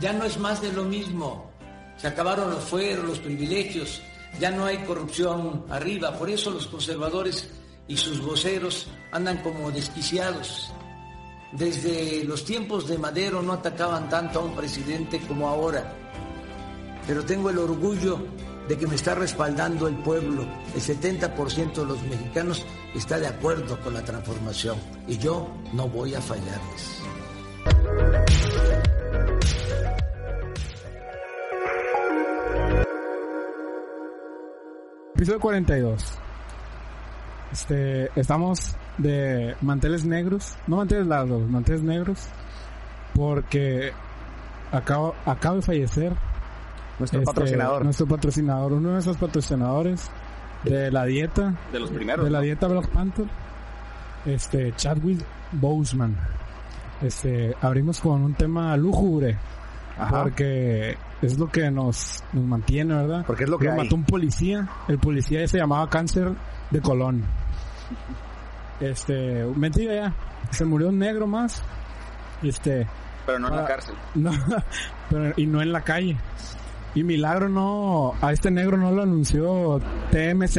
ya no es más de lo mismo. Se acabaron los fueros, los privilegios, ya no hay corrupción arriba. Por eso los conservadores y sus voceros andan como desquiciados. Desde los tiempos de Madero no atacaban tanto a un presidente como ahora. Pero tengo el orgullo de que me está respaldando el pueblo. El 70% de los mexicanos está de acuerdo con la transformación y yo no voy a fallarles. Episodio 42. Este, estamos de manteles negros, no manteles largos, manteles negros, porque acabo, acabo de fallecer Nuestro este, patrocinador. Nuestro patrocinador, uno de nuestros patrocinadores de la dieta, De los primeros. de la ¿no? dieta Black Panther, este, Chadwick Boseman. Este, abrimos con un tema lúgubre, Ajá. porque es lo que nos, nos mantiene, ¿verdad? Porque es lo que hay. mató un policía. El policía se llamaba cáncer de colon. Este, mentira ya. Se murió un negro más. Este, Pero no en la Ah. cárcel. no, pero, y no en la calle. Y milagro no, a este negro no lo anunció TMZ.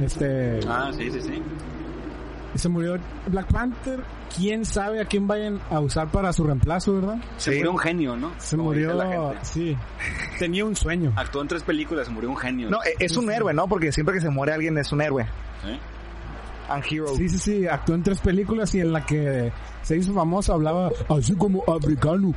Este, Ah, sí, sí, sí. se murió Black Panther. ¿Quién sabe a quién vayan a usar para su reemplazo, verdad? Se Sí. murió un genio, ¿no? Se Como dice murió, la gente. Ah, sí. Tenía un sueño. Actuó en tres películas, se murió un genio. No, e- es un héroe, ¿no? Porque siempre que se muere alguien es un héroe. ¿Sí? Un hero. Sí, sí, sí, actuó en tres películas y en la que se hizo famoso hablaba así como africano.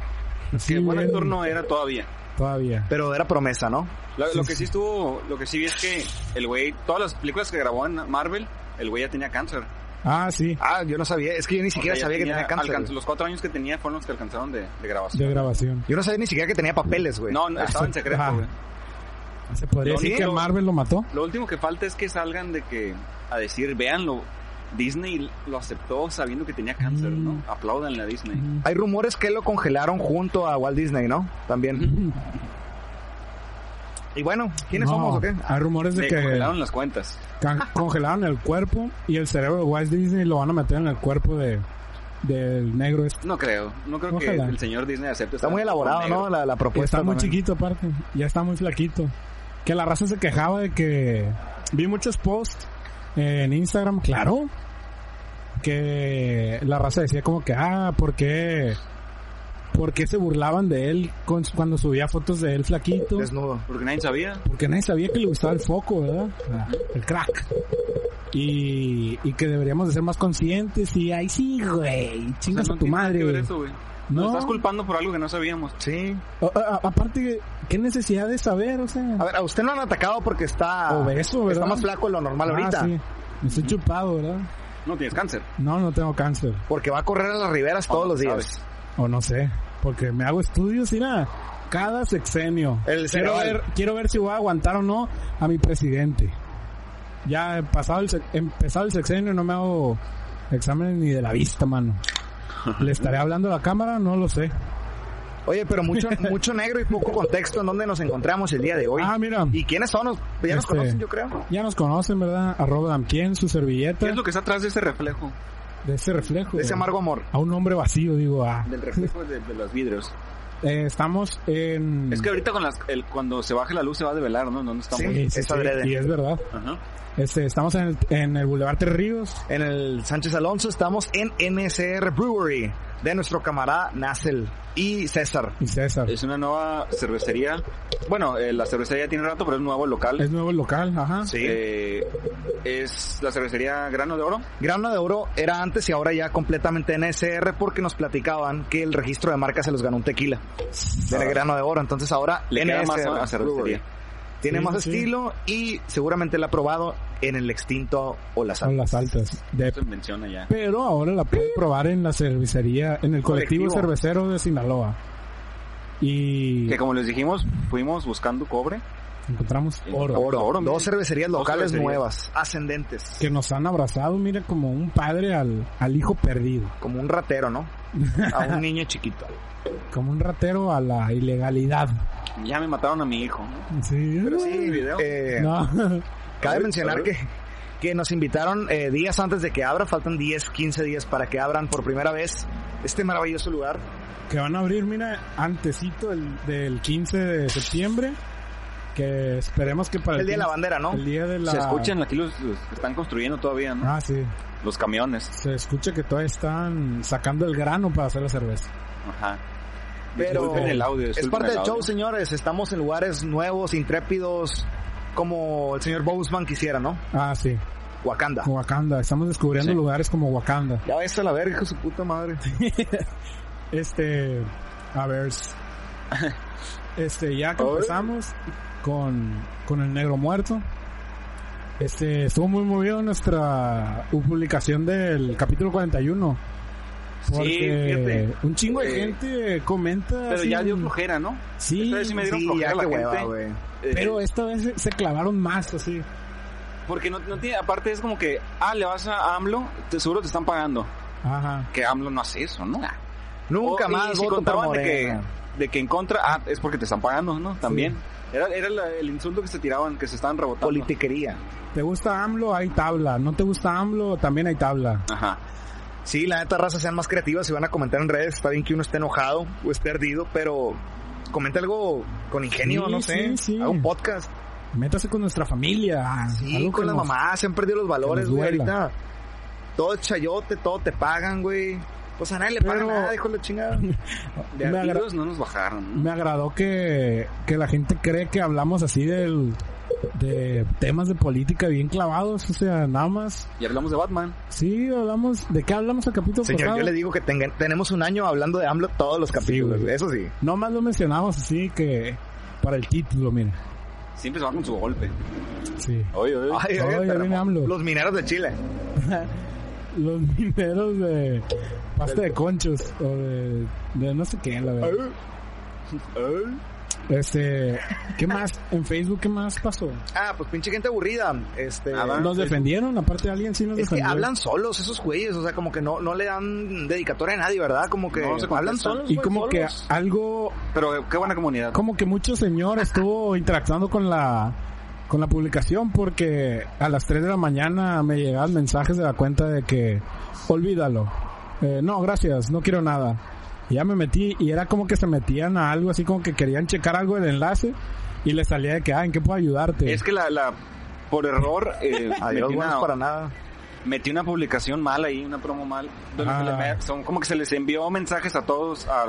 Que Así buen él actor no era todavía. Todavía. Pero era promesa, ¿no? Lo, lo que sí estuvo, lo que sí vi es que el güey, todas las películas que grabó en Marvel, el güey ya tenía cáncer. Ah, sí, Ah, yo no sabía. Es que yo ni siquiera O sea, ya sabía que tenía cáncer. alcanzó- güey. Los cuatro años que tenía fueron los que alcanzaron de, de grabación. de grabación. Yo no sabía ni siquiera que tenía papeles, güey. No, no, estaba en secreto, Ah. güey. Se podría Lo decir que único- Marvel lo mató. Lo último que falta es que salgan de que, a decir, véanlo, Disney lo aceptó sabiendo que tenía cáncer, ¿no? Mm. Aplaudanle a Disney. Hay rumores que lo congelaron junto a Walt Disney, ¿no? También. Y bueno, ¿quiénes No, somos o qué? Hay rumores de Le que congelaron Ah. las cuentas. can- congelaron el cuerpo y el cerebro de Walt Disney lo van a meter en el cuerpo de del negro. este. No creo, no creo Ojalá. que el señor Disney acepte. Está estar muy elaborado, con negro. ¿no? La, la Y propuesta. está muy también. chiquito aparte, ya está muy flaquito. Que la raza se quejaba de que vi muchos posts en Instagram, claro, que la raza decía como que ah, ¿por qué? ¿Por qué se burlaban de él con- cuando subía fotos de él flaquito? Desnudo. Porque nadie sabía. Porque nadie sabía que le gustaba el foco, ¿verdad? El crack. Y, y que deberíamos de ser más conscientes y ay sí, güey, O sea, chingas no a tu tiene nada madre. que ver güey. eso, güey. No. Nos estás culpando por algo que no sabíamos. Sí. A- a- a- aparte, ¿qué necesidad de saber? O sea, A ver, a usted lo han atacado porque está. Obeso, ¿verdad? Está más flaco de lo normal Ah, ahorita. sí. Me estoy chupado, ¿verdad? No tienes cáncer. No, no tengo cáncer. Porque va a correr a las riberas todos los días. ¿Sabes? O no sé. Porque me hago estudios y nada. Cada sexenio. quiero, El cerebral. ver, quiero ver si voy a aguantar o no a mi presidente. Ya he pasado el, sex- empezado el sexenio no me hago exámenes ni de la vista, mano. ¿Le estaré hablando a la cámara? No lo sé. Oye, pero mucho, mucho negro y poco contexto en donde nos encontramos el día de hoy. Ah, mira. ¿Y quiénes son? Nos- Ya nos Este- conocen, yo creo. Ya nos conocen, ¿verdad? Arroba Damquien, su servilleta. ¿Qué es lo que está atrás de ese reflejo? De ese reflejo. De ese amargo amor. A un hombre vacío, digo, ah. Del reflejo de, de los vidrios. Eh, estamos en... Es que ahorita con las, el- cuando se baje la luz se va a develar, ¿no? ¿Dónde estamos? Sí. es adrede. Y es verdad. Ajá. Este, estamos en el, en el Boulevard Tres Ríos. En el Sánchez Alonso estamos en NSR Brewery de nuestro camarada Nacel y César. Y César. Es, Es una nueva cervecería. Bueno, eh, la cervecería tiene rato, pero es un nuevo local. nuevo el local, ajá. Sí. Eh, es la cervecería Grano de Oro. Grano de Oro era antes y ahora ya completamente NSR porque nos platicaban que el registro de marca se los ganó un tequila de Grano de Oro. Entonces ahora Le queda más NSR a- a cervecería. Brewery. Tiene Sí, más sí. estilo y seguramente la ha probado en el extinto o la Son las altas. De- Se menciona ya. pero ahora la puedes probar en la cervecería, en el colectivo, Colectivo. cervecero de Sinaloa. Y Que como les dijimos, fuimos buscando cobre. encontramos Sí. oro. Oro. Oro, mira. Dos cervecerías Dos locales cervecerías. nuevas, ascendentes. Que nos han abrazado, mira, como un padre al, al hijo perdido. Como un ratero, ¿no? A un niño chiquito. Como un ratero a la ilegalidad. Ya me mataron a mi hijo. Sí. Pero sí, el video. Eh, No. Cabe A ver, a mencionar ver. que, que nos invitaron eh, días antes de que abra, faltan 10, 15 días para que abran por primera vez este maravilloso lugar. que van a abrir, mira, antesito del, del 15 de septiembre, que esperemos que para El día de la 15 bandera, ¿no? El día de la... Se escuchan aquí los, los que están construyendo todavía, ¿no? Ah, sí. Los camiones. Se escucha que todavía están sacando el grano para hacer la cerveza. Ajá. Pero Disculpen el audio, es disculpen parte el del show, audio. señores. Estamos en lugares nuevos, intrépidos, como el señor Boseman quisiera, ¿no? Ah, sí. Wakanda. Wakanda. Estamos descubriendo Sí. lugares como Wakanda. Ya ves a la verga, hijo de su puta madre. Este, a ver. s- Este, ya que A ver. empezamos con, con el negro muerto. Este, estuvo muy movido nuestra publicación del capítulo 41. Porque fíjate. un chingo de Eh, gente comenta. Pero así ya dio en- flojera, ¿no? Sí, Esta vez sí me dieron Sí, flojera ya la qué hueva, gente. güey. Eh, pero esta vez se- se clavaron más, así. Porque no, no tiene, aparte es como que, ah, le vas a AMLO, te, seguro te están pagando. Ajá. Que AMLO no hace eso, ¿no? Nunca O- Oh, y más si voto por contaban de que, Morena. de que en contra, ah, es porque te están pagando, ¿no? También. Era, era la- el insulto que se tiraban, que se estaban rebotando. Politiquería. ¿Te gusta AMLO? Hay tabla. ¿No te gusta AMLO? También hay tabla. Ajá. Sí, la neta, raza, sean más creativas y van a comentar en redes. Está bien que uno esté enojado o esté perdido, pero comenta algo con ingenio, Sí, no sé. sí, sí. Haga un podcast. Métase con nuestra familia. Ah, Ah, Sí, algo con que las nos- mamás, se han perdido los valores, nos güey, duela. ahorita. Todo es chayote, todo te pagan, güey. Pues a nadie le pagan Pero- nada, hijo de la chingada. De Me agra- artículos no nos bajaron. ¿no? Me agradó que, que la gente cree que hablamos así del, de temas de política bien clavados, o sea, nada más. Y hablamos de Batman. Sí, hablamos, ¿de qué hablamos el capítulo Señor, pasado? yo le digo que tenga- tenemos un año hablando de AMLO todos los capítulos, güey. güey, eso sí. No más lo mencionamos así que para el título, mira. Siempre se va con su golpe. Sí. Oye, oye. Ay, No, ay, ya pero viene AMLO. Los mineros de Chile. Los mineros de pasta de conchos o de, de no sé qué, la verdad. Este, ¿qué más? En Facebook, ¿qué más pasó? Ah, pues pinche gente aburrida. Este, Ah, va. ¿Nos defendieron? Aparte alguien sí nos Es que defendió. hablan solos esos güeyes, o sea, como que no, no le dan dedicatoria a nadie, ¿verdad? Como que No, se contestan. hablan solos. y güey, como que solos. algo Pero eh, qué buena comunidad. como que mucho señor estuvo interactuando con la con la publicación porque a las 3 de la mañana me llegaban mensajes de la cuenta de que olvídalo. Eh, no, gracias, no quiero nada. Y ya me metí y era como que se metían a algo así como que querían checar algo del enlace y les salía de que, ah, ¿en qué puedo ayudarte? Es que la, la por error, eh, metí, Adiós, buenos una, para nada. metí una publicación mal ahí, una promo mal. donde se Ah. le- son como que se les envió mensajes a todos. a- a- a-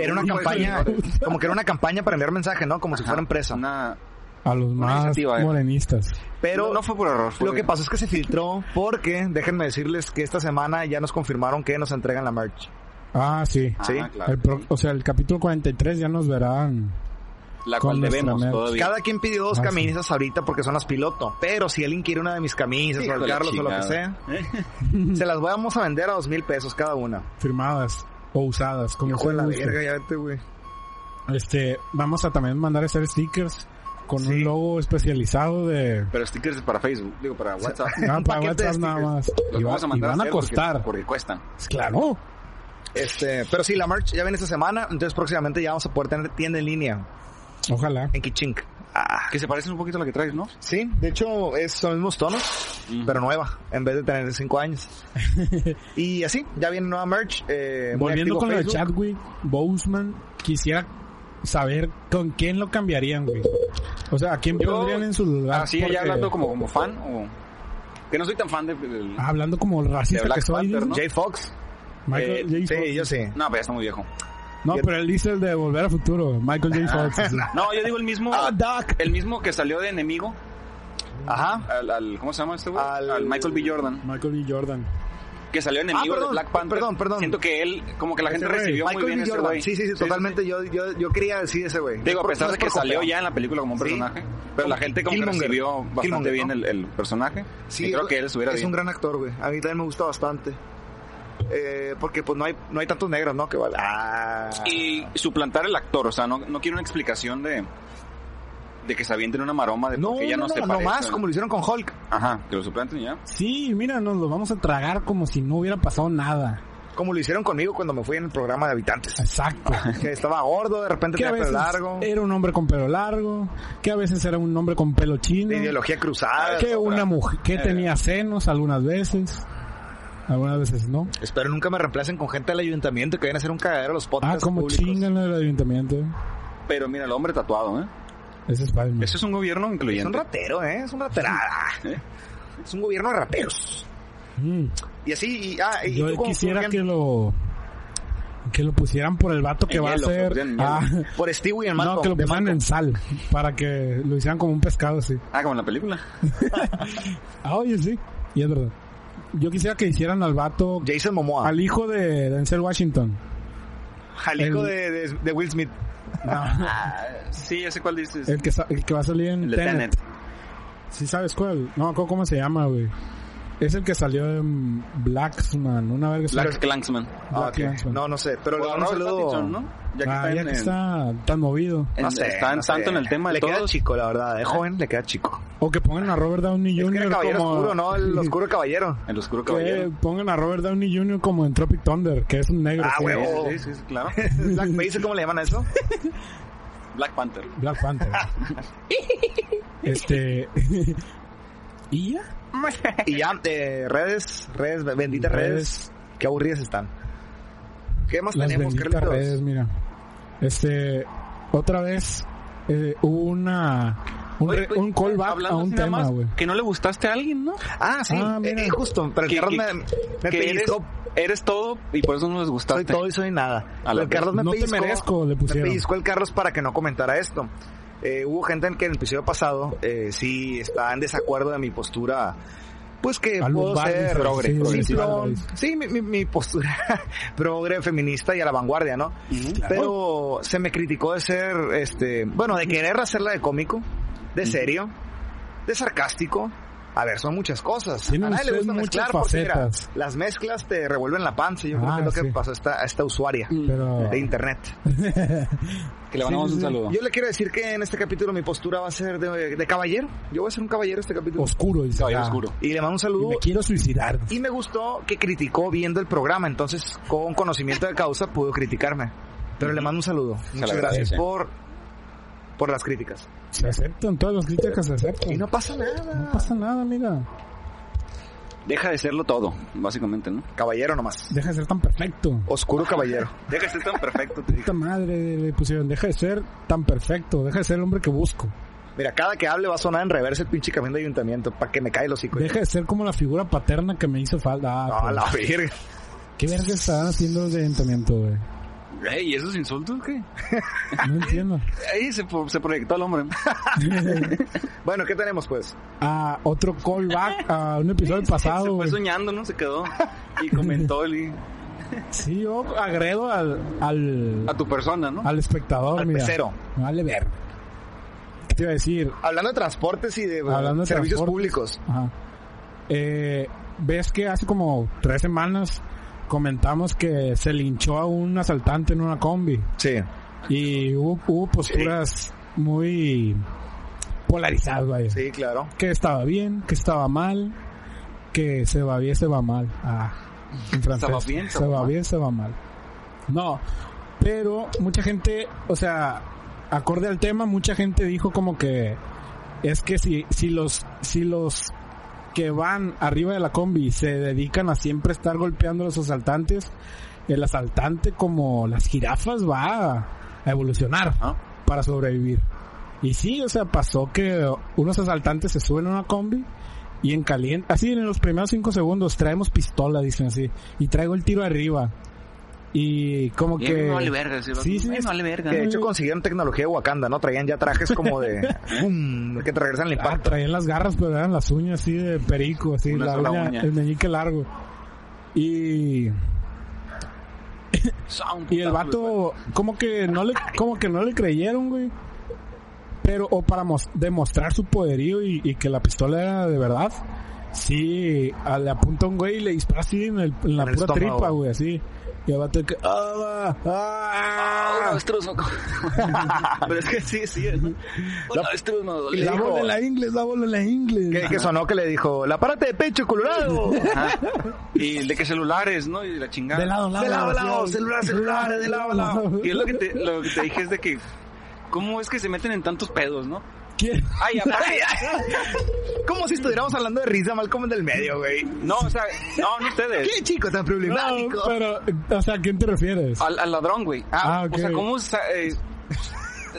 Era una un grupo de campaña, seguidores. como que era una campaña para enviar mensaje, ¿no? Como si fuera empresa. Una- a los más iniciativa, eh. morenistas. Pero no, no fue por error. fue- Lo que pasó es que se filtró porque, déjenme decirles que esta semana ya nos confirmaron que nos entregan la merch. Ah, sí. Ah, sí, claro. El pro- o sea, el capítulo 43 ya nos verán. la con cual nuestra debemos merch. todavía. Cada quien pidió dos Ah, sí. camisas ahorita porque son las piloto, pero si alguien quiere una de mis camisas Hijo o de el la Carlos o lo que sea, chingada. ¿Eh? se las vamos a vender a dos mil pesos cada una. Firmadas o usadas, como Hijo de fue la verga, ya vete, güey. Este, vamos a también mandar a hacer stickers con Sí. un logo especializado de Pero stickers para Facebook, digo, para WhatsApp. ah, para Un paquete de WhatsApp nada más. Los Y, va- vamos a y mandar van a hacer porque- costar. Pues Porque, cuestan. Claro. Este, pero sí, la merch ya viene esta semana, entonces próximamente ya vamos a poder tener tienda en línea Ojalá. en Kichink. Ah. Que se parecen un poquito a la que traes, ¿no? Sí, de hecho es, son los mismos tonos, Mm. Ujú. pero nueva, en vez de tener cinco años. y así, ya viene nueva merch. Eh, muy Volviendo activo con lo de Facebook. Chadwick Boseman, quisiera saber con quién lo cambiarían, güey. O sea, ¿a quién Yo- pondrían en su lugar? Así, Porque- ya Ah, hablando como, como fan, o... Que no soy tan fan de... del- Ah, hablando como racista De Black que soy. Panther, dices, Jay Fox. Michael Eh, J. Fox. Sí, yo sí. No, pero ya está muy viejo. No, pero él dice el de Volver a Futuro, Michael J. Fox. así. No, yo digo el mismo... Ah, Doc. el mismo que salió de enemigo Ajá. al... al- ¿Cómo se llama este güey? Al- Al... Michael B. Jordan. Michael B. Jordan. Que salió de Ah, enemigo perdón, de Black Panther. perdón, perdón. Siento que él... Como que la gente Ese güey. recibió muy Michael bien B. ese Jordan. güey. sí, sí, sí, totalmente. Yo, yo, yo quería decir ese güey. Digo, a pesar No es de que por salió copeo. ya en la película como un Sí. personaje, pero la gente como Killmonger. que recibió bastante Killmonger, bien ¿no? el, el personaje. Sí, y creo es- que él estuviera Es bien. un gran actor, güey. A mí también me gusta bastante. Eh, porque pues no hay, no hay tantos negros, ¿no? Que vale. Ah. Y suplantar el actor, o sea, no, no quiero una explicación de de que se avienten una maroma de No, porque ya no, no, se no, parece. nomás como lo hicieron con Hulk. Ajá, que lo suplanten y ya. Sí, mira, nos lo vamos a tragar como si no hubiera pasado nada. Como lo hicieron conmigo cuando me fui en el programa de habitantes. Exacto. Que estaba gordo, de repente que a tenía pelo veces largo. era un hombre con pelo largo, que a veces era un hombre con pelo chino, De ideología cruzada. que una mujer que Eh. tenía senos algunas veces. Algunas veces no. Espero nunca me reemplacen con gente del ayuntamiento que vayan a hacer un cagadero a los Ah, podcasts. como públicos. chingan el ayuntamiento. Pero mira, el hombre tatuado, ¿eh? Mm. Ese es Spider-Man. Eso es un gobierno Es un incluyente. ratero, ¿eh? Es un raterada. Es un gobierno de rateros. Mm. Y así, y, ah, y tú Yo como quisiera surgen que lo que lo pusieran por el vato que En va hielo, a que lo ser. pusieran en Ah, Por Stewie el manto. no, que lo de pusieran manto. en sal para que lo hicieran como un pescado así. Ah, como en la película. Ah, oye, sí. Y es verdad. Yo quisiera que hicieran al vato, Jason Momoa. al hijo de Denzel Washington. Jalico el- de, de, de Will Smith. Sí, ya sé cuál dices. El que, sa- el que va a salir en El de Eh, Tenet. Tenet. Sí sabes cuál. No, me acuerdo ¿cómo se llama, güey? Es el que salió en Blacksman, una verga. Black Black Clansman. Ah, ok. Klansman. No, no sé. Pero le Bueno, damos un Robert saludo. Pattinson, ¿no? Ya que Ah, está ya en- que en- está tan movido. en- No sé, está en no sé. tanto en el tema de Le queda todos. chico, la verdad. De joven le queda chico. O que pongan a Robert Downey Es que Jr. era caballero como... oscuro, ¿no? El oscuro caballero. El oscuro Que caballero. pongan a Robert Downey Jr. como en Tropic Thunder, que es un negro. Ah, sí. huevo. Sí, sí, sí, claro. Blackface, ¿cómo le llaman a eso? Black Panther. Black Panther. este. ¿Y ya? Y ya, eh, redes, redes, benditas redes. Redes. Qué aburridas están. ¿Qué más Las tenemos, benditas Carlitos? redes, mira. Este. Otra vez eh, hubo una. Un, Oye, re- pues, un callback a hablando un así nada tema, más, güey. Que no le gustaste a alguien, ¿no? Ah, sí, Ah, mira. eh, eh, justo, pero el Que- Carlos que- me, me que eres, pellizcó. eres todo y por eso no les gustaste. Soy todo y soy nada. A la El Carlos me No te pellizcó, merezco, le pusieron. Me pellizcó el Carlos para que no comentara esto. Eh, hubo gente en que en el episodio pasado eh, sí está en desacuerdo de mi postura. Pues que A los puedo Barbies, ser sí, progre, sí, progresista. sí, sí. Sí, mi, mi- mi postura progre, feminista y a la vanguardia, ¿no? Ujú. Pero se me criticó de ser, este, bueno, de querer hacerla de cómico, de serio, de sarcástico. A ver, son muchas cosas. A Tienen nadie le ustedes gusta muchas mezclar, porque mira, facetas. las mezclas te revuelven la panza. Yo creo Ah, que es lo que sí. pasó a esta, a esta usuaria Pero. Mm. de internet. Que le mandamos Sí, un sí, sí. saludo. Yo le quiero decir que en este capítulo mi postura va a ser de, de caballero. Yo voy a ser un caballero este capítulo. Oscuro, dice. Caballero Ah, oscuro. Y le mando un y saludo. me quiero suicidar. Y me gustó que criticó viendo el programa, entonces con conocimiento de causa pudo criticarme. Pero le mando un saludo. Muchas gracias agradece. por, por las críticas. Se aceptan, todas las críticas se aceptan. Y no pasa nada. no pasa nada, mira. Deja de serlo todo, básicamente, ¿no? Caballero nomás. Deja de ser tan perfecto. Oscuro caballero. Deja de ser tan perfecto, te Puta madre le pusieron, deja de ser tan perfecto, deja de ser el hombre que busco, Mira, cada que hable va a sonar en reversa el pinche camión de ayuntamiento para que me caiga el hocico. deja de ser como la figura paterna que me hizo falta. Ah, Pues No, a pues, la verga. ¿Qué verga estaban haciendo de ayuntamiento, güey? Ey, ¿y esos insultos qué? No entiendo. Ahí se, po- se proyectó el hombre. Bueno, ¿qué tenemos pues? Ah, otro callback a un episodio se pasado, fue güey. soñando, ¿no? Se quedó. Y comentó el- Sí, yo agredo al, al, a tu persona, ¿no? al espectador, Al mira. pecero. Vale ver. ¿Qué te iba a decir? Hablando de transportes y de eh, Hablando de servicios transportes. públicos. Ajá. Eh, ves que hace como tres semanas comentamos que se linchó a un asaltante en una combi. Sí. Y hubo, hubo posturas muy polarizadas, vaya. Sí, claro. Que estaba bien, que estaba mal, que se va bien, se va mal. Ah, en francés. Estaba bien, se va bien, se va mal. No, pero mucha gente, o sea, acorde al tema, mucha gente dijo como que es que si, si los, si los que van arriba de la combi se dedican a siempre estar golpeando a los asaltantes, el asaltante como las jirafas va a evolucionar Ah. para sobrevivir. Y sí, o sea, pasó que unos asaltantes se suben a una combi y en caliente, así en los primeros cinco segundos traemos pistola, dicen así, y traigo el tiro arriba. Y como Y a que... mí me vale verga. Sí, Sí, sí, me es- vale verga. Que de hecho consiguieron tecnología de Wakanda, ¿no? Traían ya trajes como de... ¡Bum! que te regresan el Ah, impacto. traían las garras, pero eran las uñas así de perico, así, Una la sola uña, uña. el meñique largo. Y, Son y el putazos, pues, güey. vato, como que no le, como que no le creyeron, güey. Pero, o para mos- demostrar su poderío y, y que la pistola era de verdad, sí, a- le apunta a un güey y le dispara así en, el- en la En el pura estómago. tripa, güey, así. Y el vato que, ah, ah, Un avestruz, ¿no? Pero es que sí, sí. ¿no? Un avestruz nos Y dolió. la dijo- bola en la inglés, la bola en la Que, inglés. que sonó que le dijo, la parte de pecho colorado. Ajá. Y de que celulares, ¿no? Y la chingada. De lado a lado. De lado a lado, así, celular, celular, de lado a lado. Y es lo que, te, lo que te dije es de que, ¿cómo es que se meten en tantos pedos, no? quiero. Ay, aparte, Como si estuviéramos hablando de risa Malcolm del medio, güey. no, o sea, no, no ustedes. Qué chico tan problemático. No, pero, o sea, ¿a quién te refieres? Al, al ladrón, güey. Ah, Ah, ok. o sea, ¿cómo sa- eh,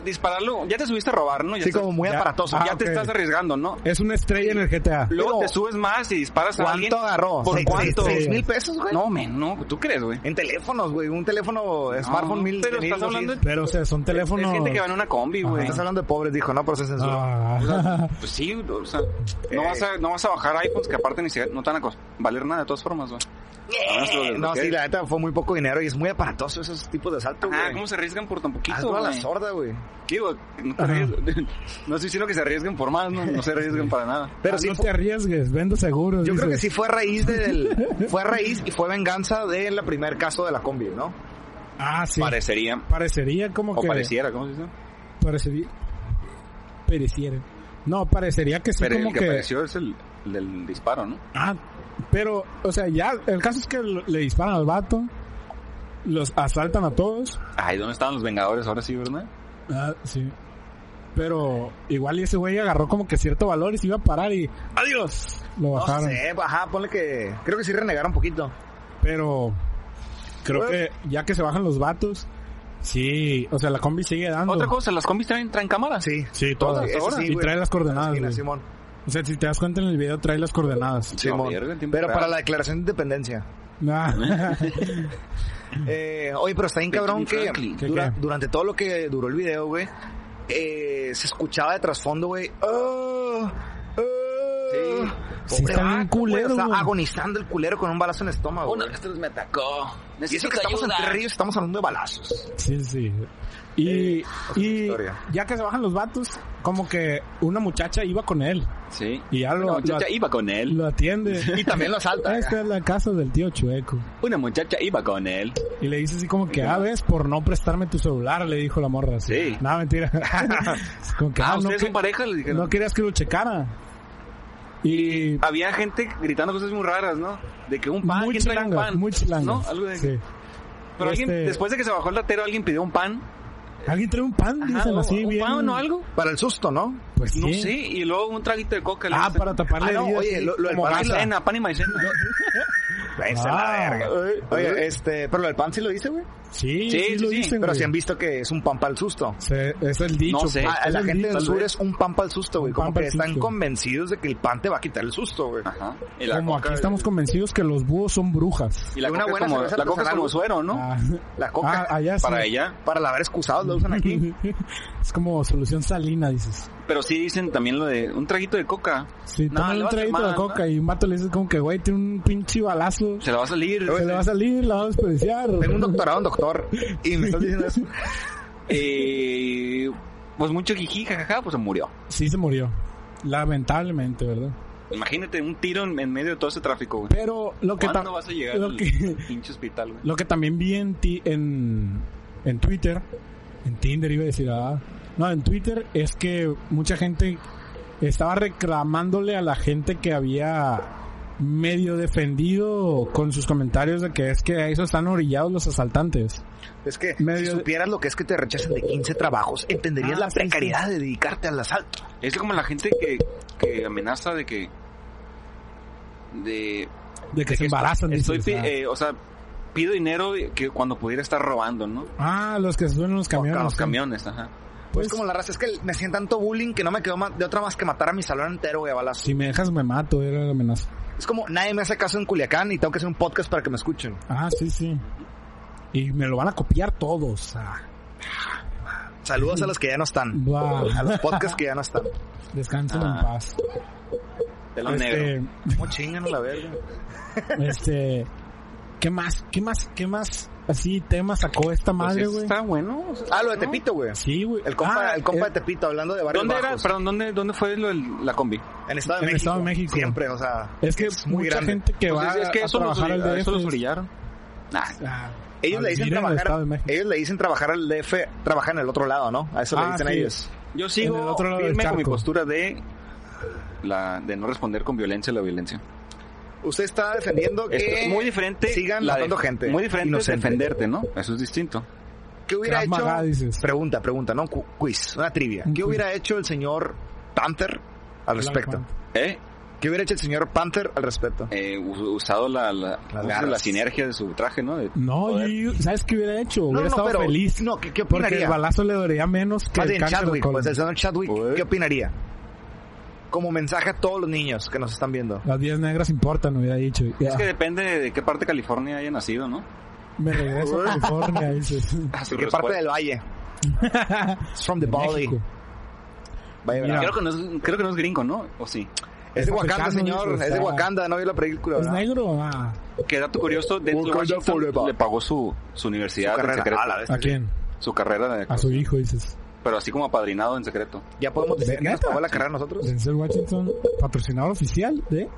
dispararlo? Ya te subiste a robar, ¿no? Ya Sí, estás- como muy Ya. aparatoso. Ah, ya ok. te estás arriesgando, ¿no? Es una estrella en el GTA. Pero- Luego te subes más y disparas a alguien. ¿Cuánto agarró? ¿Por ¿Seis- cuánto? ¿Seis seis mil pesos, güey? No, men, no, ¿tú crees, güey? En teléfonos, güey. Un teléfono smartphone mil. pero mil estás doscientos. hablando de- Pero, o sea, son teléfonos. Es gente que va en una combi, güey. Estás hablando de pobres, dijo, no, pero se censuró. O sea, Ah. pues sí, o sea, no vas, a, no vas a bajar iPhones que aparte ni siquiera no te van a cos- valer nada de todas formas, güey. A menos que lo No, desbloquees. sí, la neta fue muy poco dinero y es muy aparatoso esos tipos de asalto, Ah, güey. ¿cómo se arriesgan por tan poquito? Hazlo a la güey? sorda, güey. Digo, no, te Ajá. arriesgas- no estoy diciendo que se arriesguen por más, no, no se arriesgan para nada. Pero Ah, sí no fue- te arriesgues, vendo seguros. Yo creo que dices. sí fue a raíz del, fue a raíz y fue venganza del primer caso de la combi, ¿no? Ah, sí. Parecería. Parecería como O que. pareciera, ¿cómo se dice? Parecería. Pareciera. No, parecería que sí, Pero como el que, que. apareció es el, el del disparo, ¿no? Ah, pero, o sea, ya, el caso es que l- le disparan al vato, los asaltan a todos. Ay, ¿dónde estaban los Vengadores ahora sí, verdad? Ah, sí. Pero igual y ese güey agarró como que cierto valor y se iba a parar y ¡adiós! Lo No bajaron. sé, ajá, ponle que, creo que sí renegaron un poquito. Pero creo Bueno. que ya que se bajan los vatos, sí, o sea, la combi sigue dando. Otra cosa, las combis traen, traen cámaras. Sí. Sí, todas. Eso sí, y güey. trae las coordenadas. Mira, güey. Simón. O sea, si te das cuenta en el video, trae las coordenadas. Simón. verga, el tiempo Pero real. para la declaración de independencia. Ah, Eh, oye, pero está bien cabrón que Franklin. ¿Qué, dura- qué? durante todo lo que duró el video, güey, eh, se escuchaba de trasfondo, güey. "Ah, ah". Sí. Sí, Pobre está bien vato, güey, culero, o sea, güey. agonizando el culero con un balazo en el estómago. Uno de güey. estos me atacó. Y eso Necesito que estamos ayuda. en ríos, estamos hablando de balazos. sí, sí. Y, y Eh, historia. ya que se bajan los vatos, como que una muchacha iba con él Sí. y ya Una lo, lo, muchacha iba con él. lo Este. atiende. Y también lo asalta. Esta es la casa del tío Chueco. Una muchacha iba con él. Y le dice así como que, ah, ves, por no prestarme tu celular, le dijo la morra. Así. Sí. Nada, mentira. Es como que, Ah, ah, no, ustedes que- son pareja, le dijeron. no querías que lo checara. Y... Había gente gritando cosas muy raras, ¿no? De que ah, un pan, muy ¿quién trae un chilango, pan? muy chilango. ¿No? Algo de... Sí. Pero alguien, Este- después de que se bajó el ratero, alguien pidió un pan. ¿Alguien trae un pan? Ajá, Dicen o- así un bien. pan o algo. Para el susto, ¿no? Pues sí. No sé, y luego un traguito de coca. le Ah, dicen. para taparle Ah, no, heridas, oye, sí, lo- lo del como pan gasa. la- Maicena, pan y maicena. Váyanse a Ah. la verga. Oye, este, pero lo del pan sí lo dice, güey. Sí, sí, Sí, sí, lo sí, dicen, Pero güey. si han visto que es un pan para el susto. Se- es el dicho. No sé. pues, Ah, es la el gente dicho. del sur es un pan para el susto, güey. Un Como pan que pa'l están susto. convencidos de que el pan te va a quitar el susto, güey. Ah. Ajá. Y la Como coca- aquí estamos convencidos que los búhos son brujas. Y la Una coca, es buena como, cerveza la coca es artesanal. como suero, ¿no? Ah, La coca. ah, allá sí. para ella. Para lavar excusados lo usan aquí. es como solución salina, dices. Pero sí dicen también lo de un traguito de coca. Sí, No, toman le un va a traguito de quemar, coca y un vato le dice como que, güey, tiene un pinche balazo. Se la va a salir. Se le va a salir, la va a despreciar. Tengo un doctorado en doctor y me estás diciendo eso. Eh, pues mucho jiji, jajaja, pues se murió. Sí, se murió. Lamentablemente, ¿verdad? Imagínate un tiro en, en medio de todo ese tráfico, güey. Pero lo que, ¿Cuándo tam- vas a llegar lo al que- pinche hospital, güey? lo que también vi en, ti en, en Twitter, en Tinder iba a decir, ah, no, en Twitter es que mucha gente estaba reclamándole a la gente que había medio defendido con sus comentarios de que es que a eso están orillados los asaltantes. Es que Medio- si supieras lo que es que te rechazan de 15 trabajos, entenderías Ah, la sí, precariedad de dedicarte al asalto. Es como la gente que, que amenaza de que... De... De que se que embarazan. Estoy, dices, pi- ah. eh, o sea, pido dinero que cuando pudiera estar robando, ¿no? Ah, los que se suben a los camiones. Con los sí. camiones, ajá. Pues, Es como la raza, es que me hacían tanto bullying que no me quedó ma- de otra más que matar a mi salón entero, güey, a balazos. si me dejas me mato, era la amenaza. Es como nadie me hace caso en Culiacán y tengo que hacer un podcast para que me escuchen. Ah, sí, sí. Y me lo van a copiar todos. Ah, Saludos a los que ya no están. Buah. A los podcasts que ya no están. descansen Ah. en paz. De lo negro. Este, ¿Cómo chingan a la verga? este, ¿qué más? ¿Qué más? ¿Qué más? Así tema sacó esta Pues madre, eso güey. está bueno. o sea, Ah, lo de ¿no? Tepito, güey. Sí, güey. El compa, Ah, el compa eh, de Tepito, hablando de varios ¿Dónde era? bajos. Perdón, ¿dónde, dónde fue lo del- la combi? En Estado de En México. Estado de México. Siempre, o sea. es que es muy mucha grande. gente que Pues va es, es que a eso los, trabajar al orilla- DF. eso los brillaron. Ah, Ellos a le dicen vivir en el Estado trabajar. de México. Ellos le dicen trabajar al DF, trabajar en el otro lado, ¿no? A eso le Ah, dicen sí. ellos. Yo En el sigo otro lado del firme con mi charco. postura de la de no responder con violencia a la violencia. Usted está defendiendo que. Es muy diferente. Sigan la matando gente. Muy diferente Inocente. defenderte, ¿no? Eso es distinto. ¿Qué hubiera Krav Maga, hecho? dices. Pregunta, pregunta, no Cu- quiz, una trivia. Un ¿Qué quiz. hubiera hecho el señor Panther al Black respecto? Panther. ¿Eh? ¿Qué hubiera hecho el señor Panther al respecto? Eh, u- usado la, la, Las la garras. sinergia de su traje, ¿no? De- No, Joder. yo- ¿sabes qué hubiera hecho? Hubiera estado feliz. No, ¿qué, qué porque opinaría? el balazo le dolería menos que Más el bien cáncer Chadwick, con pues el señor Chadwick, Joder. ¿qué opinaría? Como mensaje a todos los niños que nos están Ah, viendo. las 10 negras importan, hubiera dicho. Ya, Es que depende de qué parte de California haya nacido, ¿no? Me regreso a California, dices. ¿De Ah, qué parte del valle? It's from the valley. México. Vaya, Mira. ¿verdad? Creo que, no es, creo que no es gringo, ¿no? ¿O sí? Es de Es Wakanda, africano, señor. dice, o Es de sea, Wakanda, no vio la película. ¿Es ¿verdad? negro? Ah, Que dato curioso, Denzel Wakanda Washington forever. le pagó su, su universidad Su en carrera. secreto. A la vez. ¿A quién? Su carrera, de- A su hijo, dices. pero así como apadrinado en secreto. Ya podemos decir que nos Pues, ¿Neta? pagó la carrera a nosotros. Denzel Washington, patrocinador oficial de...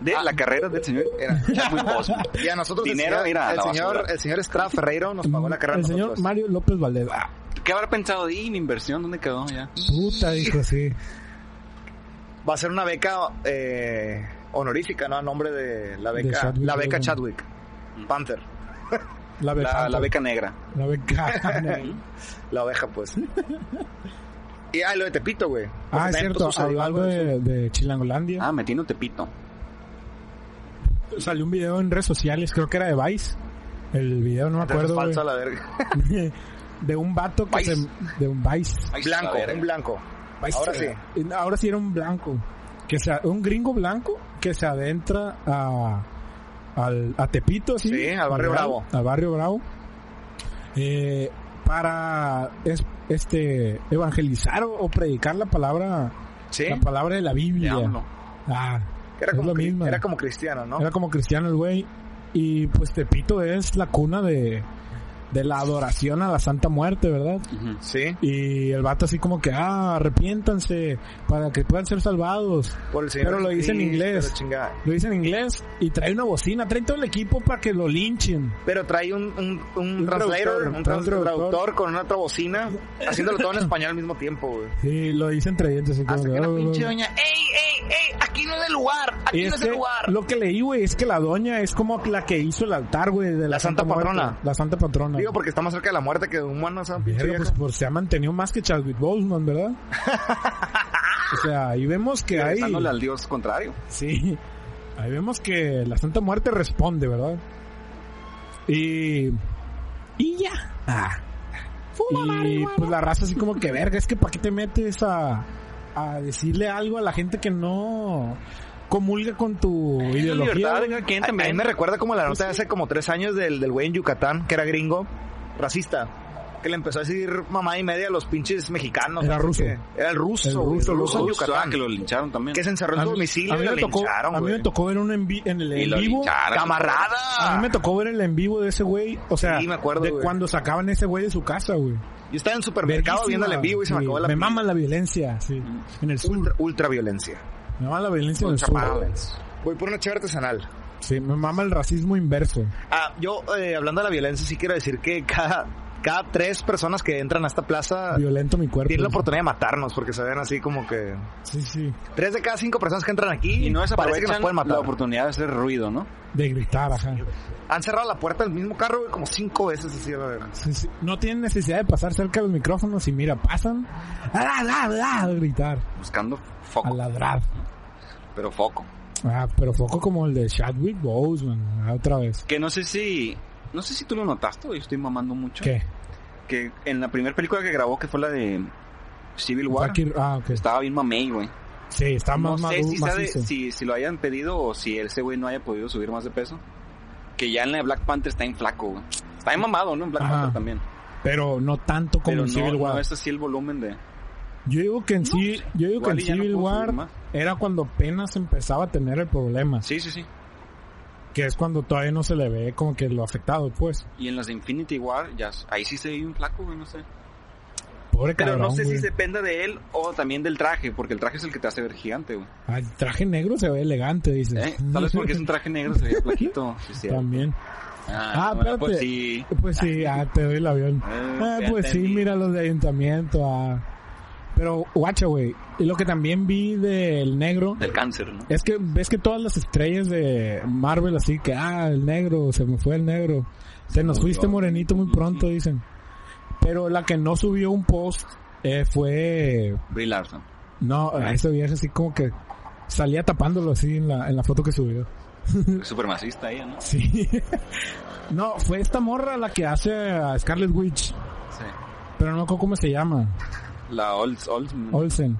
De la carrera del señor era muy Bosman. Pues, Y a nosotros Dinero, el señor, mira, a la el, señor basura. el señor Estrada Ferreiro nos pagó la carrera el a señor nosotros. Mario López Valdés. Ah, ¿Qué habrá pensado? ¿Y mi inversión dónde quedó ya? Puta, dijo así. Va a ser una beca eh, honorífica, ¿no? A nombre de la De beca, Chadwick la beca Boseman. Chadwick. Panther. La La, beca. la beca negra. La beca. Ah, La oveja, pues. y ah, lo de Tepito, güey. Pues ah, es también cierto. Habló sucedió algo de, eso. de Chilangolandia. Ah, metiendo Tepito. Salió un video en redes sociales, creo que era de Vice. El video, no me Entonces, acuerdo. falso a güey. la verga. de un vato que Vice. se... De un Vice. Ay, Blanco, la verga. un blanco. Ahora sí. sí. Ahora sí era un blanco. Que se, un gringo blanco que se adentra a, al, a Tepito, sí. Sí, al Barrio Bravo. Al Barrio Bravo. Eh, para es- este evangelizar o, o predicar la palabra Sí. la palabra de la Biblia. De AMLO. Ah, Era es como, lo cri- mismo. era como cristiano, ¿no? Era como cristiano el güey. Y pues Tepito es la cuna de, de la adoración a la Santa Muerte, ¿verdad? Ujú. Sí, Y el vato así como que, ah, arrepiéntanse para que puedan ser salvados. por el señor. Pero lo dice en Jesucristo, inglés. la chingada. Lo dice en inglés y trae una bocina, trae todo el equipo para que lo linchen. Pero trae un, un, un, Un translator, traductor, un un trans- traductor. traductor con una otra bocina, haciéndolo todo en español al mismo tiempo, güey. Sí, lo dicen entre dientes. así como Hasta que, que la "Oh, pinche oh, oh". doña, ¡ey, ey, ey! Aquí no es el lugar, aquí Y no es es el que lugar. lo que leí, güey, es que la doña es como la que hizo el altar, güey, de la, La santa Muerte. patrona. La santa patrona. Digo, porque está más cerca de la muerte que de un humano, esa pinche Verga, pues, vieja. pues, se ha mantenido más que Chadwick Boseman, ¿verdad? o sea, ahí vemos que hay... Regresándole al dios contrario. Sí. Ahí vemos que la Santa Muerte responde, ¿verdad? Y... Y ya. Ah. Y pues la raza así como que verga, es que ¿para qué te metes a, a decirle algo a la gente que no comulga con tu ideología? Libertad de güey? cada quien A- A mí me también. recuerda como la nota de hace como tres años del, del güey en Yucatán, que era gringo, racista, que le empezó a decir mamá y media a los pinches mexicanos. Era no sé ruso. qué. Era el ruso. El güey, ruso, el el ruso en Justo, ah, Yucatán. que lo lincharon también. Que se encerró en su mí- domicilio a mí y lo me tocó, lincharon, a mí me güey. tocó ver un en, vi- en el Y en lo vivo. lincharon. A ¡Camarada! mí me tocó ver el en vivo de ese güey, o sea, Sí, me acuerdo, de güey. cuando sacaban ese güey de su casa, güey. Yo estaba en el supermercado Verguísima, viéndole en vivo y se me sí. acabó la Me pila. Mm. maman la violencia, sí. En el sur. ultra, ultra violencia. Me mama la violencia en el Ultra sur. violence. Voy por una chévere artesanal. Sí, me mama el racismo inverso. Ah, yo, eh, hablando de la violencia, sí quiero decir que cada, cada tres personas que entran a esta plaza Violento mi cuerpo. tienen Ah, la oportunidad de matarnos porque se ven así como que... Sí, sí. Tres de cada cinco personas que entran aquí y parece que no nos desaprovechan pueden la matar. oportunidad de hacer ruido, ¿no? De gritar, ajá. Han cerrado la puerta del mismo carro güey, como cinco veces así. a la verga. Sí, sí. No tienen necesidad de pasar cerca de los micrófonos y mira, pasan Ah, a ladrar, a gritar, Buscando a foco. ladrar. Pero foco. Ah, pero foco como el de Chadwick Boseman, ah, otra vez. Que no sé si... No sé si tú lo notaste, yo estoy mamando mucho. ¿Qué? Que en la primera película que grabó, que fue la de Civil War, Joaquín- Ah, ok. estaba bien mamey, güey. Sí, está No más sé maduro, si, sabe- macizo. si, si lo hayan pedido o si ese güey no haya podido subir más de peso. Que ya en la de Black Panther está en flaco, güey. Está en mamado, ¿no? En Black Ajá. Panther también. Pero no tanto como Pero en Civil no, War. no es así el volumen de... Yo digo que en sí, yo digo que en pues, Igual y ya no Civil puedo subir War más. era cuando apenas empezaba a tener el problema, Sí, sí, sí. que es cuando todavía no se le ve como que lo afectado, pues. Y en las de Infinity War, ya, ahí sí se ve un flaco, güey, no sé. Pobre Pero cabrón, no sé güey. si depende de él o también del traje, porque el traje es el que te hace ver gigante, güey. Ah, El traje negro se ve elegante, dices. ¿Eh? Tal vez porque es un traje negro, se ve flaquito. Sí, sí. También. Ah, bueno, Pues espérate. sí. Pues sí, ah, te doy el avión. Eh, Ah, ya pues sí, entendí. mira los de ayuntamiento. ah. Pero, guacha, güey. Y lo que también vi del negro Del cáncer, ¿no? es que ves que todas las estrellas de Marvel, así que, ah, el negro, se me fue el negro. Se nos fuiste morenito muy pronto, dicen. Pero la que no subió un post eh, fue Brie Larson. No, a ese viejo así como que salía tapándolo así en la, en la foto que subió. Mm. Supremacista ella, ¿no? Sí. No, fue esta morra la que hace a Scarlet Witch, Sí. pero no me acuerdo cómo se llama. La Old... Old... Olsen.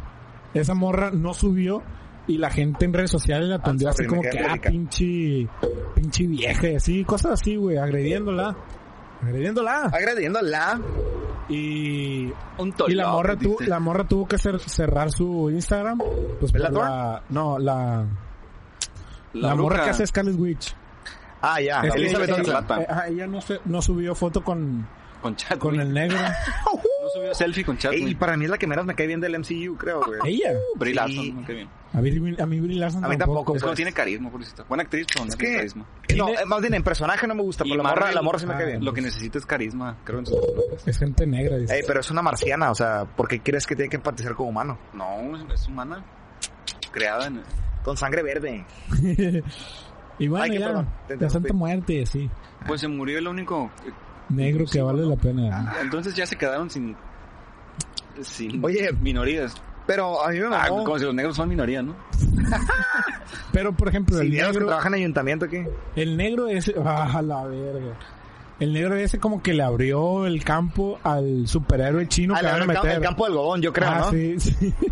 Esa morra no subió y la gente en redes sociales la tondió así sorry, como me que, quedé ah, rica". pinche, pinche vieja y así, cosas así, güey, agrediéndola. Agrediéndola. Agrediendo a la... Y, un y la tolón, morra tuvo, dice. la morra tuvo que cer- cerrar su Instagram. Pues por ¿Bella Thorne? la, no, la, la, bruja. morra que hace Scarlet Witch. Ah, ya. Es que Elizabeth ella- Olsen. ella- eh, ajá, ella no, se- no subió foto con, Con chat. con el negro. uh! No subió selfie con chat. Ey, y para mí es la que menos me cae bien del MCU, creo, güey. ella. Brie sí. Larson, no, qué bien. A mí, a mí Brie Larson A mí tampoco, Es pues. como tiene carisma, pobrecita. Buena actriz, pero no Es tiene que... carisma. No, Tiene- eh, más bien en personaje no me gusta, Y pero la morra, Marvel- la morra sí me Ah, cae bien. Lo que necesita es carisma, creo en sus papeles. Es gente negra. dice. pues. Ey, pero es una marciana, o sea, ¿por qué crees que tiene que empatizar como humano? No, es humana. Creada en... Con sangre verde. y bueno, Ay, qué ya, perdón, te ya interrumpí. Santa Muerte, sí. Pues se murió el único... eh, Negro que vale la pena. Entonces ya se quedaron sin... Sin Oye. minorías. Pero a mí me Ah, mamó. como si los negros son minoría, ¿no? Pero, por ejemplo, Sí, el de los que negro, trabajan en ayuntamiento aquí. el negro ese, ah, la verga. El negro ese como que le abrió el campo al superhéroe chino Ah, que le van a abrió el, campo, meter. el campo del gobón, yo creo, ah, ¿no? sí, sí.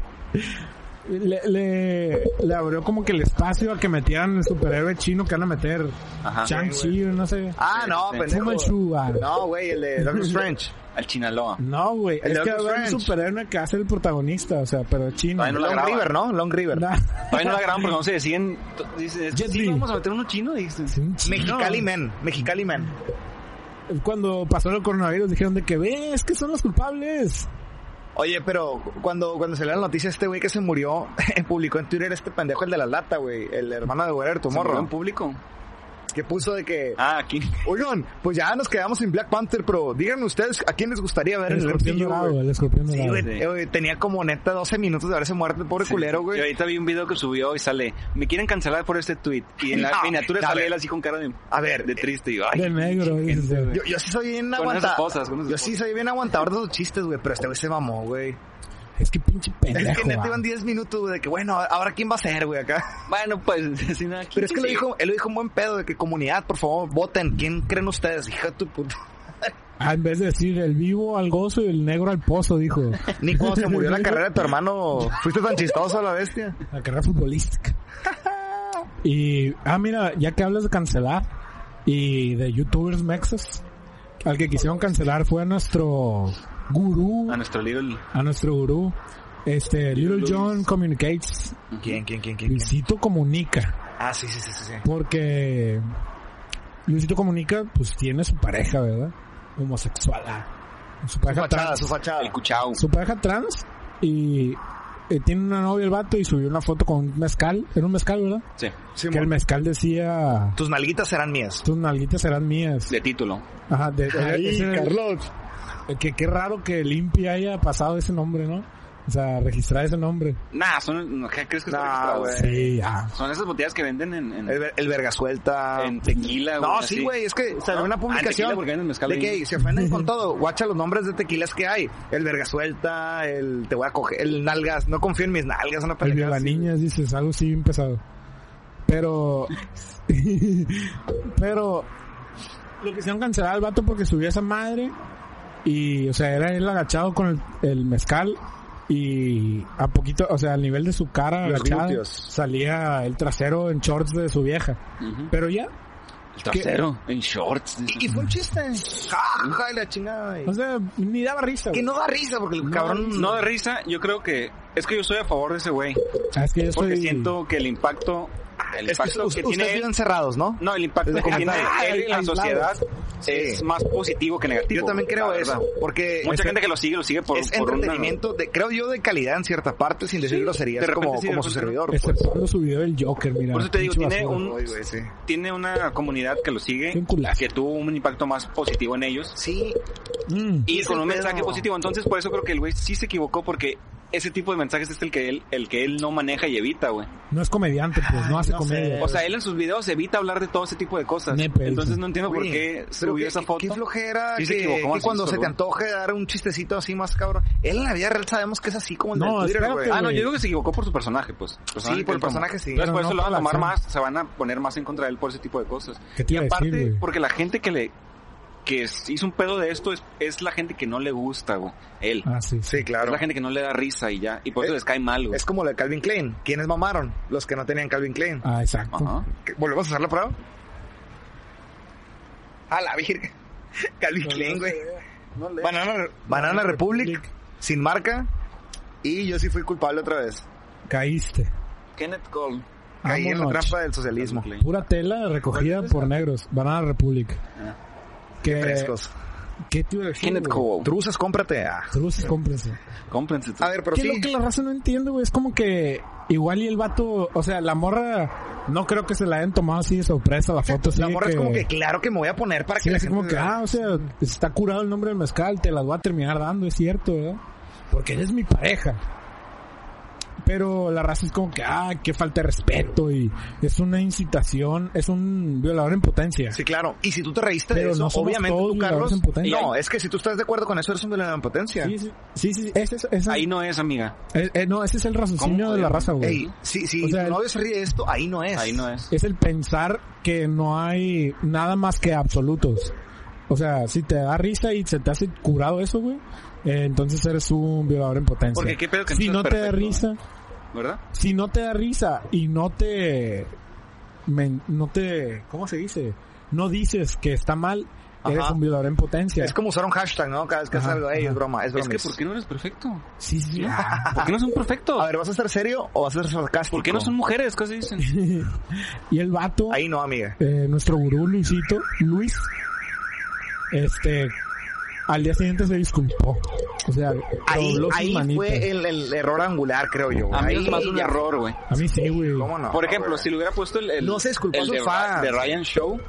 Le, le, le abrió como que el espacio a que metieran el superhéroe chino que van a meter. Ajá. Shang-Chi, no sé. Ah, no, Sí, pendejo. Fu Manchu, ah. No, güey, el de Doctor Strange. Al Chinaloa. No, güey. El Es que Doctor habrá un Strange. superhéroe que hace el protagonista, o sea, pero chino. Ay, no la Long graban. River, ¿no? Long River. Nah. Todavía no la graban porque no se deciden. T- Dicen, es que Jet sí, Li. vamos a meter uno chino. Dicen, Sí, un chino. Mexicali Men, Mexicali Men. Cuando pasó el coronavirus dijeron de que ve, es que son los culpables. Oye, pero cuando, cuando salió la noticia este güey que se murió, eh, publicó en Twitter este pendejo el de la lata, güey, el hermano de Wherever ¿se murió en Tomorrow, público? que puso de que, Ah, aquí. oigan, pues ya nos quedamos sin Black Panther, pero díganme ustedes a quién les gustaría ver El en el escorpión MCU, dorado, güey. el escorpión Sí, dorado. güey, Sí. eh, güey, tenía como neta 12 minutos de haberse muerto el pobre culero, Y güey. ahorita vi un video que subió y sale, me quieren cancelar por este tweet. Y en la No, miniatura no, a sale ver. él así con cara de, A ver, de triste. Y yo, ay, de negro, dices, güey. Yo, yo sí soy bien Con aguantador. esas cosas, con esas Yo sí soy bien aguantador de los chistes, güey, pero este güey se mamó, güey. Es que pinche pendejo. Es que neta va. iban 10 minutos, güey, de que bueno, ahora quién va a ser, güey, acá. bueno, pues, sin nada. aquí. Pero es que lo dijo, él lo dijo un buen pedo de que comunidad, por favor, voten. ¿Quién creen ustedes? Hija de tu puta. Ah, en vez de decir el vivo al gozo y el negro al pozo, dijo. Ni cuando se murió la carrera de tu hermano, fuiste tan chistoso a la bestia. La carrera futbolística. Y, ah, mira, ya que hablas de cancelar y de youtubers mexas, al que quisieron cancelar fue a nuestro gurú, A nuestro Little. a nuestro gurú, este, Little Luis. John Communicates, ¿Quién, quién, quién, quién? Luisito Comunica. Ah, sí, sí, sí, sí. sí. Porque Luisito Comunica, pues tiene su pareja, ¿verdad? Homosexual. ah. Su Su pareja fachada, trans. su fachada. El cuchao. Su pareja trans y eh, tiene una novia el vato y subió una foto con un mezcal. Era un mezcal, ¿verdad? Sí. Sí, que el mon. mezcal decía, Tus nalguitas serán mías. tus nalguitas serán mías. De título. Ajá, de, ese era el- eh, Que qué raro que Limpia haya pasado ese nombre, ¿no? O sea, registrar ese nombre. Nah, son, no, ¿qué crees que está Nah, registrado? güey. Sí, ah. Son esas botellas que venden en, en, El, ver- el verga suelta. en tequila, No, así. sí, güey, es que salió una Ah, publicación tequila, porque venden mezcal de ahí. que se ofenden con todo. Guacha los nombres de tequilas que hay. El verga suelta, el te voy a coger, el nalgas, no confío en mis nalgas, una El pendejada viola así. niñas, dices, algo así bien pesado. Pero, pero, lo quisieron cancelar al vato porque subió esa madre y, o sea, era él agachado con el, el mezcal y a poquito, o sea, al nivel de su cara Los agachada, glúteos. salía el trasero en shorts de su vieja. Ujú. Pero ya, El trasero, en shorts. Y, y fue un chiste. Ja, ja, y la chingada. y- o sea, ni daba risa. güey. Que no da risa porque el cabrón No de risa, yo creo que... Es que yo estoy a favor de ese güey. Ah, es que yo Porque soy- siento que el impacto... ah, El Es que impacto que, ustedes tiene él- viven cerrados, ¿no? No, el impacto Desde que tiene comentarios. él en la Aislados. sociedad Sí. es más positivo que negativo. Yo también creo la eso, verdad. porque Mucha es, gente que lo sigue, lo sigue por, es por una- entretenimiento, de, creo yo, de calidad en cierta parte, sin decir groserías, de repente como, sí, de como su repente servidor. pues. Exceptuando su video del Joker, mira. Por eso te digo, pinche tiene basura. un- Ay, güey, sí. Tiene una comunidad que lo sigue, Un culazo. que tuvo un impacto más positivo en ellos Sí, Mm. y con un pedo. mensaje positivo. Entonces, por eso creo que el güey sí se equivocó porque ese tipo de mensajes es el que él, el que él no maneja y evita, güey. No es comediante, pues, no hace no sé. comedia. Ah, O sea, él en sus videos evita hablar de todo ese tipo de cosas. Nepe, Entonces dice. no entiendo por Güey, qué pero subió qué- esa qué- foto. Qué flojera Sí se que, equivocó, que cuando Macizo, se te güey. antoje dar un chistecito así más cabrón. Él en la vida real sabemos que es así como el No, de Twitter, espérate, güey. Ah, no, güey. yo digo que se equivocó por su personaje, pues. Sí, por el personaje sí. Pero Entonces, por no eso lo por van la a amar acción. más, se van a poner más en contra de él por ese tipo de cosas. ¿Qué te Y iba a aparte, decir, güey? porque la gente que le que es- hizo un pedo de esto es, es la gente que no le gusta, güey. Él. Ah, sí. Sí, Es claro. la gente que no le da risa y ya. Y por eso Eh, les cae mal, güey. Es como lo de Calvin Klein. ¿Quiénes mamaron? Los que no tenían Calvin Klein. Ah, exacto. Ajá. ¿Qué- ¿Volvemos a hacer la prueba? A la virgen. Calvin Klein, güey. Banana, Banana Republic, sin marca. Y yo sí fui culpable otra vez. Caíste. Kenneth Cole. Caí en la Vámonos. trampa del socialismo. Pura tela recogida por negros. Banana Republic. Que, Ah. Frescos. ¿Qué te iba a decir, Kenneth güey? Cole. Truzas, cómprate. Ah. Cruces, cómprense. Cómprense tú. A ver, pero Que sí. lo que la raza no entiende, güey, es como que igual y el vato, o sea, la morra, no creo que se la hayan tomado así de sorpresa la foto. así pues, La de morra es como que claro que me voy a poner para Sí, que la así gente como que, vea. ah, o sea, está curado el nombre del mezcal, te las voy a terminar dando, es cierto, ¿verdad? Porque eres mi pareja. Pero la raza es como que, ah, qué falta de respeto y es una incitación, es un violador en potencia. Sí, claro. Y si tú te reíste Pero de eso, no somos obviamente todos tú, violadores Carlos. en potencia. No, es que si tú estás de acuerdo con eso, eres un violador en potencia. sí, sí, sí, sí, ese es, pues, ese es- Ahí no es, amiga. eh, eh, no, ese es el raciocinio ¿Cómo? de la raza, güey. Ey, si, si O sea, tu novio se ríe de esto, ahí no es. Ahí no es. es el pensar que no hay nada más que absolutos. O sea, si te da risa y se te hace curado eso, güey, eh, entonces eres un violador en potencia. Porque qué pedo que no si seas no te da perfecto, risa, ¿Verdad? si no te da risa y no te, men- no te, ¿cómo se dice? No dices que está mal, eres Ajá. un violador en potencia. Es como usar un hashtag, ¿no? Cada vez que Ajá, haces algo, ey, ajá. es broma, es Es broma. que ¿por qué no eres perfecto? Sí, sí. Ah. ¿Por qué no son perfectos? A ver, ¿vas a ser serio o vas a ser sarcástico? ¿Por qué no son mujeres? Casi dicen. y el vato, Ahí no, amiga. eh, nuestro gurú Luisito, Luis, este, al día siguiente se disculpó. O sea, Ahí, dobló sus ahí manitas. fue el, el error angular, creo yo. A mí Ahí es más un ya- error, güey. A mí sí, güey. ¿Cómo no? Por ejemplo, güey. si le hubiera puesto el, el- No se disculpó el a sus de, Ra- fans. de Ryan Show,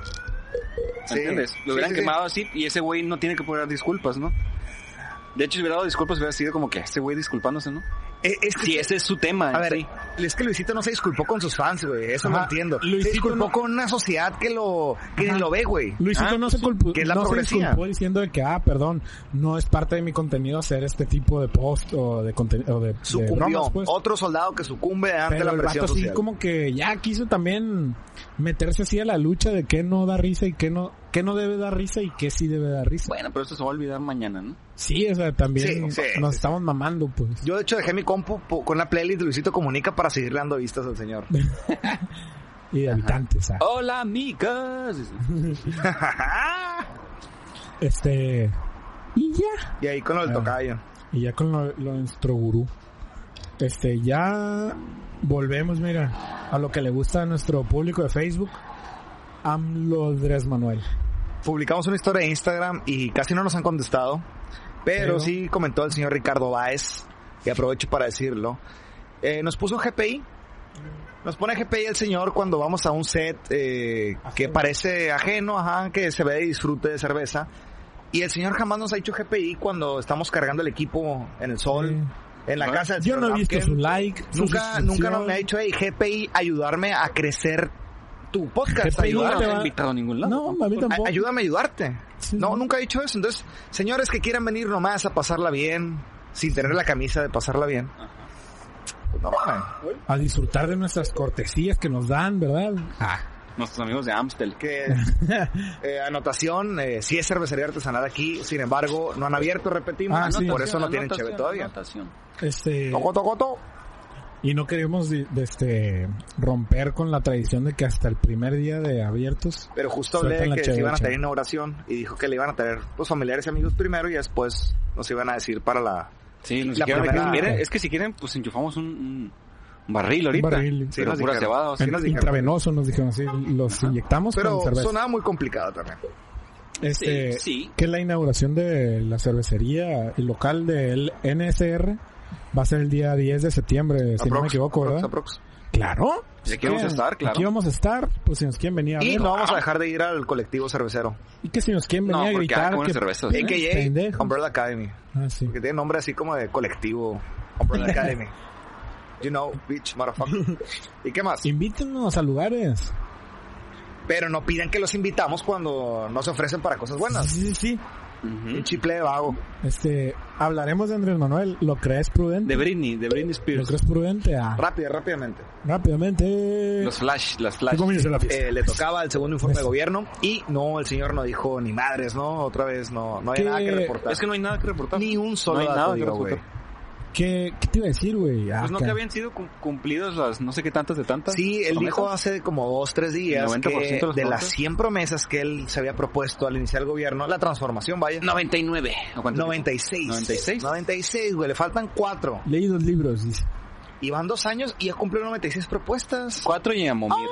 Sí. ¿entiendes? Sí, Lo hubieran sí, sí. quemado así y ese güey no tiene que poder dar disculpas, ¿no? De hecho, si hubiera dado disculpas, hubiera sido como que ese güey disculpándose, ¿no? Eh, es que Si ese es su tema. A ver, sí. es que Luisito no se disculpó con sus fans, güey. Eso Ajá. lo entiendo. Luisito se disculpó no- con una sociedad que lo, que Ajá. lo ve, güey. Luisito Ah, no, se, culpó, pues, que es la no se progresía. disculpó diciendo de que, ah, perdón, no es parte de mi contenido hacer este tipo de post o de contenido, de, de Sucumbió. bromas, pues. Otro soldado que sucumbe ante Pero la el vato presión así social. como que ya quiso también meterse así a la lucha de qué no da risa y qué no, qué no debe dar risa y qué sí debe dar risa. Bueno, pero esto se va a olvidar mañana, ¿no? Sí, o sea, también Sí, sí, nos sí. estamos mamando, pues. Yo, de hecho, dejé mi compu po- con la playlist de Luisito Comunica para seguir dando vistas al señor. Y de habitantes, Oh. ah. Hola, amigas. Este... Y ya. Y ahí con el Ah. tocayo. Y ya con lo, lo de nuestro gurú. Este, ya volvemos, mira, a lo que le gusta a nuestro público de Facebook. AMLO Andrés Manuel. Publicamos una historia de Instagram y casi no nos han contestado. Pero Pero- sí comentó el señor Ricardo Báez, y aprovecho para decirlo. Eh, nos puso GPI. Nos pone GPI el señor cuando vamos a un set eh, que Ajeno. parece ajeno, ajá, que se ve de disfrute de cerveza. Y el señor jamás nos ha dicho GPI cuando estamos cargando el equipo en el sol, en la Ah, casa. del Yo señor no he visto Lampkin. su like. su Este Nunca, nunca nos suscripción. me ha dicho, hey, GPI, ayudarme a crecer tu podcast. GPI, Nunca ayudarme. nos va- ha invitado a ningún lado. No, a mí Ay- tampoco. ayúdame a ayudarte. Sí, no, sí. nunca he dicho eso. Entonces, señores que quieran venir nomás a pasarla bien, sin tener la camisa de pasarla bien. Pues no mames. A disfrutar de nuestras cortesías que nos dan, ¿verdad? Nuestros amigos de Amstel. Que, eh, anotación, eh, sí es cervecería artesanal aquí, sin embargo, no han abierto, repetimos. Ah, sí. Por eso no tienen Anotación, cheve todavía. anotación. Este, Toco, toco, toco. y no queremos de- de este, romper con la tradición de que hasta el primer día de abiertos Pero justo Sueltan hablé la que se cheve, iban a cheve. tener inauguración y dijo que le iban a traer los familiares y amigos primero y después nos iban a decir para la... Sí, nos La dijeron de que primera- miren, es que si quieren, pues enchufamos un, un barril ahorita. barril. Sí, Pero nos pura dijeron. cebada, o sea, Sí, en- nos dijeron. intravenoso, nos dijeron así, los inyectamos Pero con cerveza. Pues sonaba muy complicado también. Este, Sí, sí. Que la inauguración de la cervecería el local del NSR va a ser el día 10 de septiembre, si no Aprox, me equivoco, aprox, ¿verdad? aprox. Claro. Y aquí vamos a estar, claro. Aquí vamos a estar, pues si nos quieren venir a Y ver. no vamos a dejar de ir al colectivo cervecero. Y que si nos quieren venir No, a porque ah, gritar qué buenas que cervezas. Eh, AKA pendejo. Umbrella Academy. Ah, sí. Porque tiene nombre así como de colectivo. Umbrella Academy. You know, bitch, motherfucker. ¿Y qué más? Invítenos a lugares. Pero no pidan que los invitamos cuando nos ofrecen para cosas buenas. Sí, sí, sí. Un chiple de vago. Este, hablaremos de Andrés Manuel. ¿Lo crees prudente? De Britney, de Britney ¿Lo Spears. crees prudente? Ah, Rápido, rápidamente. rápidamente. Los flash, las flash. Que comience la fiesta. Eh, le tocaba el segundo informe de gobierno y no, el señor no dijo ni madres, ¿no? Otra vez no, no hay Que- nada que reportar. Es que no hay nada que reportar. ni un solo no hay dato, nada que digo, güey. reportar. ¿Qué, ¿Qué te iba a decir, güey? Ah, Pues no ca- que habían sido cum- cumplidas las no sé qué tantas de tantas. Sí, él dijo promesas. hace como dos, tres días El 90% que de las de las promesas. 100 promesas que él se había propuesto al iniciar el gobierno, la transformación, vaya, 99. ¿O cuánto? 96. 96. 96, güey, le faltan cuatro. Leí dos libros, dice. Y van dos años y ya cumplió 96 propuestas. Cuatro y a Momir.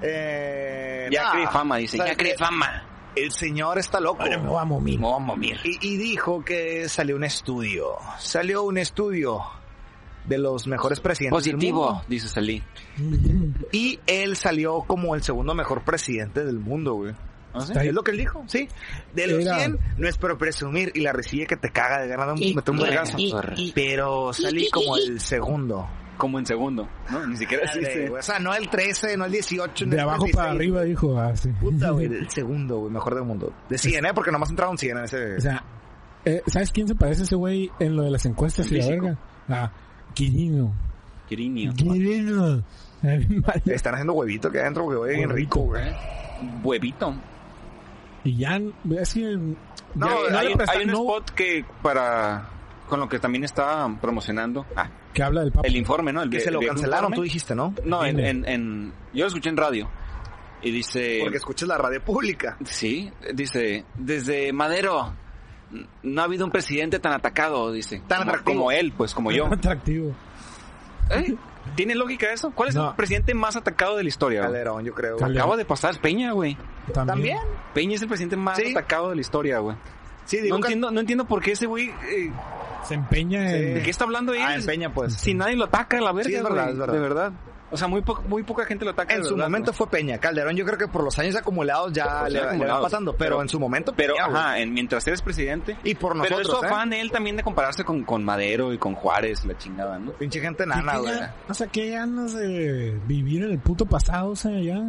Eh, ya nah, cree fama, dice. ¿sabes Ya cree qué? fama. eh, El señor está loco. voy a momir. No, Momir. Y, y dijo que salió un estudio. Salió un estudio de los mejores presidentes del Positivo, mundo. dice Salí. Y él salió como el segundo mejor presidente del mundo, güey. ¿Ah, sí? ¿Eh? Es lo que él dijo, sí. De los Era- 100, no es por presumir y la recibe que te caga de ganar un, Y- meter un y- vergazo. y- y- Pero salí como el segundo. Como en segundo. No, ni siquiera Dale, existe. güey. O sea, no el 13, no el 18, no De el abajo 16. para arriba, dijo. Ah, sí. Puta, güey, el segundo, güey, mejor del mundo. De 100, ¿eh? Porque nomás entraron 100 en ese... O sea, eh, ¿sabes quién se parece a ese güey en lo de las encuestas En y la físico. verga? Ah, Quirino. Quirinio. Quirino. Ay, madre. Están haciendo huevito que adentro, güey, bien Huevito. rico, güey. Huevito. Y ya, es que... No, ya- Eh, no hay, le prestan- hay un no, spot que para con lo que también está promocionando ah, que habla del Papa. el informe, ¿no? El Que vie- se lo viejo cancelaron, informe. tú dijiste, ¿no? No, en, Dime. en, en- yo lo escuché en radio y dice Porque escuchas la radio pública. sí, dice desde Madero n- no ha habido un presidente tan atacado, dice, Tan como, atractivo. como él, pues como yo. Atractivo. ¿Eh? ¿Tiene lógica eso? ¿Cuál es No. el presidente más atacado de la historia? güey? Calderón, yo creo. Cal- Acaba de pasar Peña, güey. También. ¿También? Peña es el presidente más Sí. atacado de la historia, güey. Sí, No digo que... entiendo, no entiendo por qué ese güey, eh, Se empeña en... ¿de qué está hablando él? Ah, en Peña, pues. Si nadie lo ataca, la verga, Sí, es verdad, güey, es verdad. De verdad. O sea, muy, po- muy poca gente lo ataca. En de su verdad, momento güey. fue Peña. Calderón yo creo que por los años acumulados ya Por los le, años le van acumulados. pasando, pero, Pero- en su momento Pero, Peña, güey. ajá, en, mientras eres presidente. Y por pero es nosotros, su ¿eh? afán de él también de compararse con, con Madero y con Juárez, la chingada, ¿no? Pinche gente ¿Qué- nana, qué güey. gan- O sea, qué ganas de vivir en el puto pasado, o sea, ya.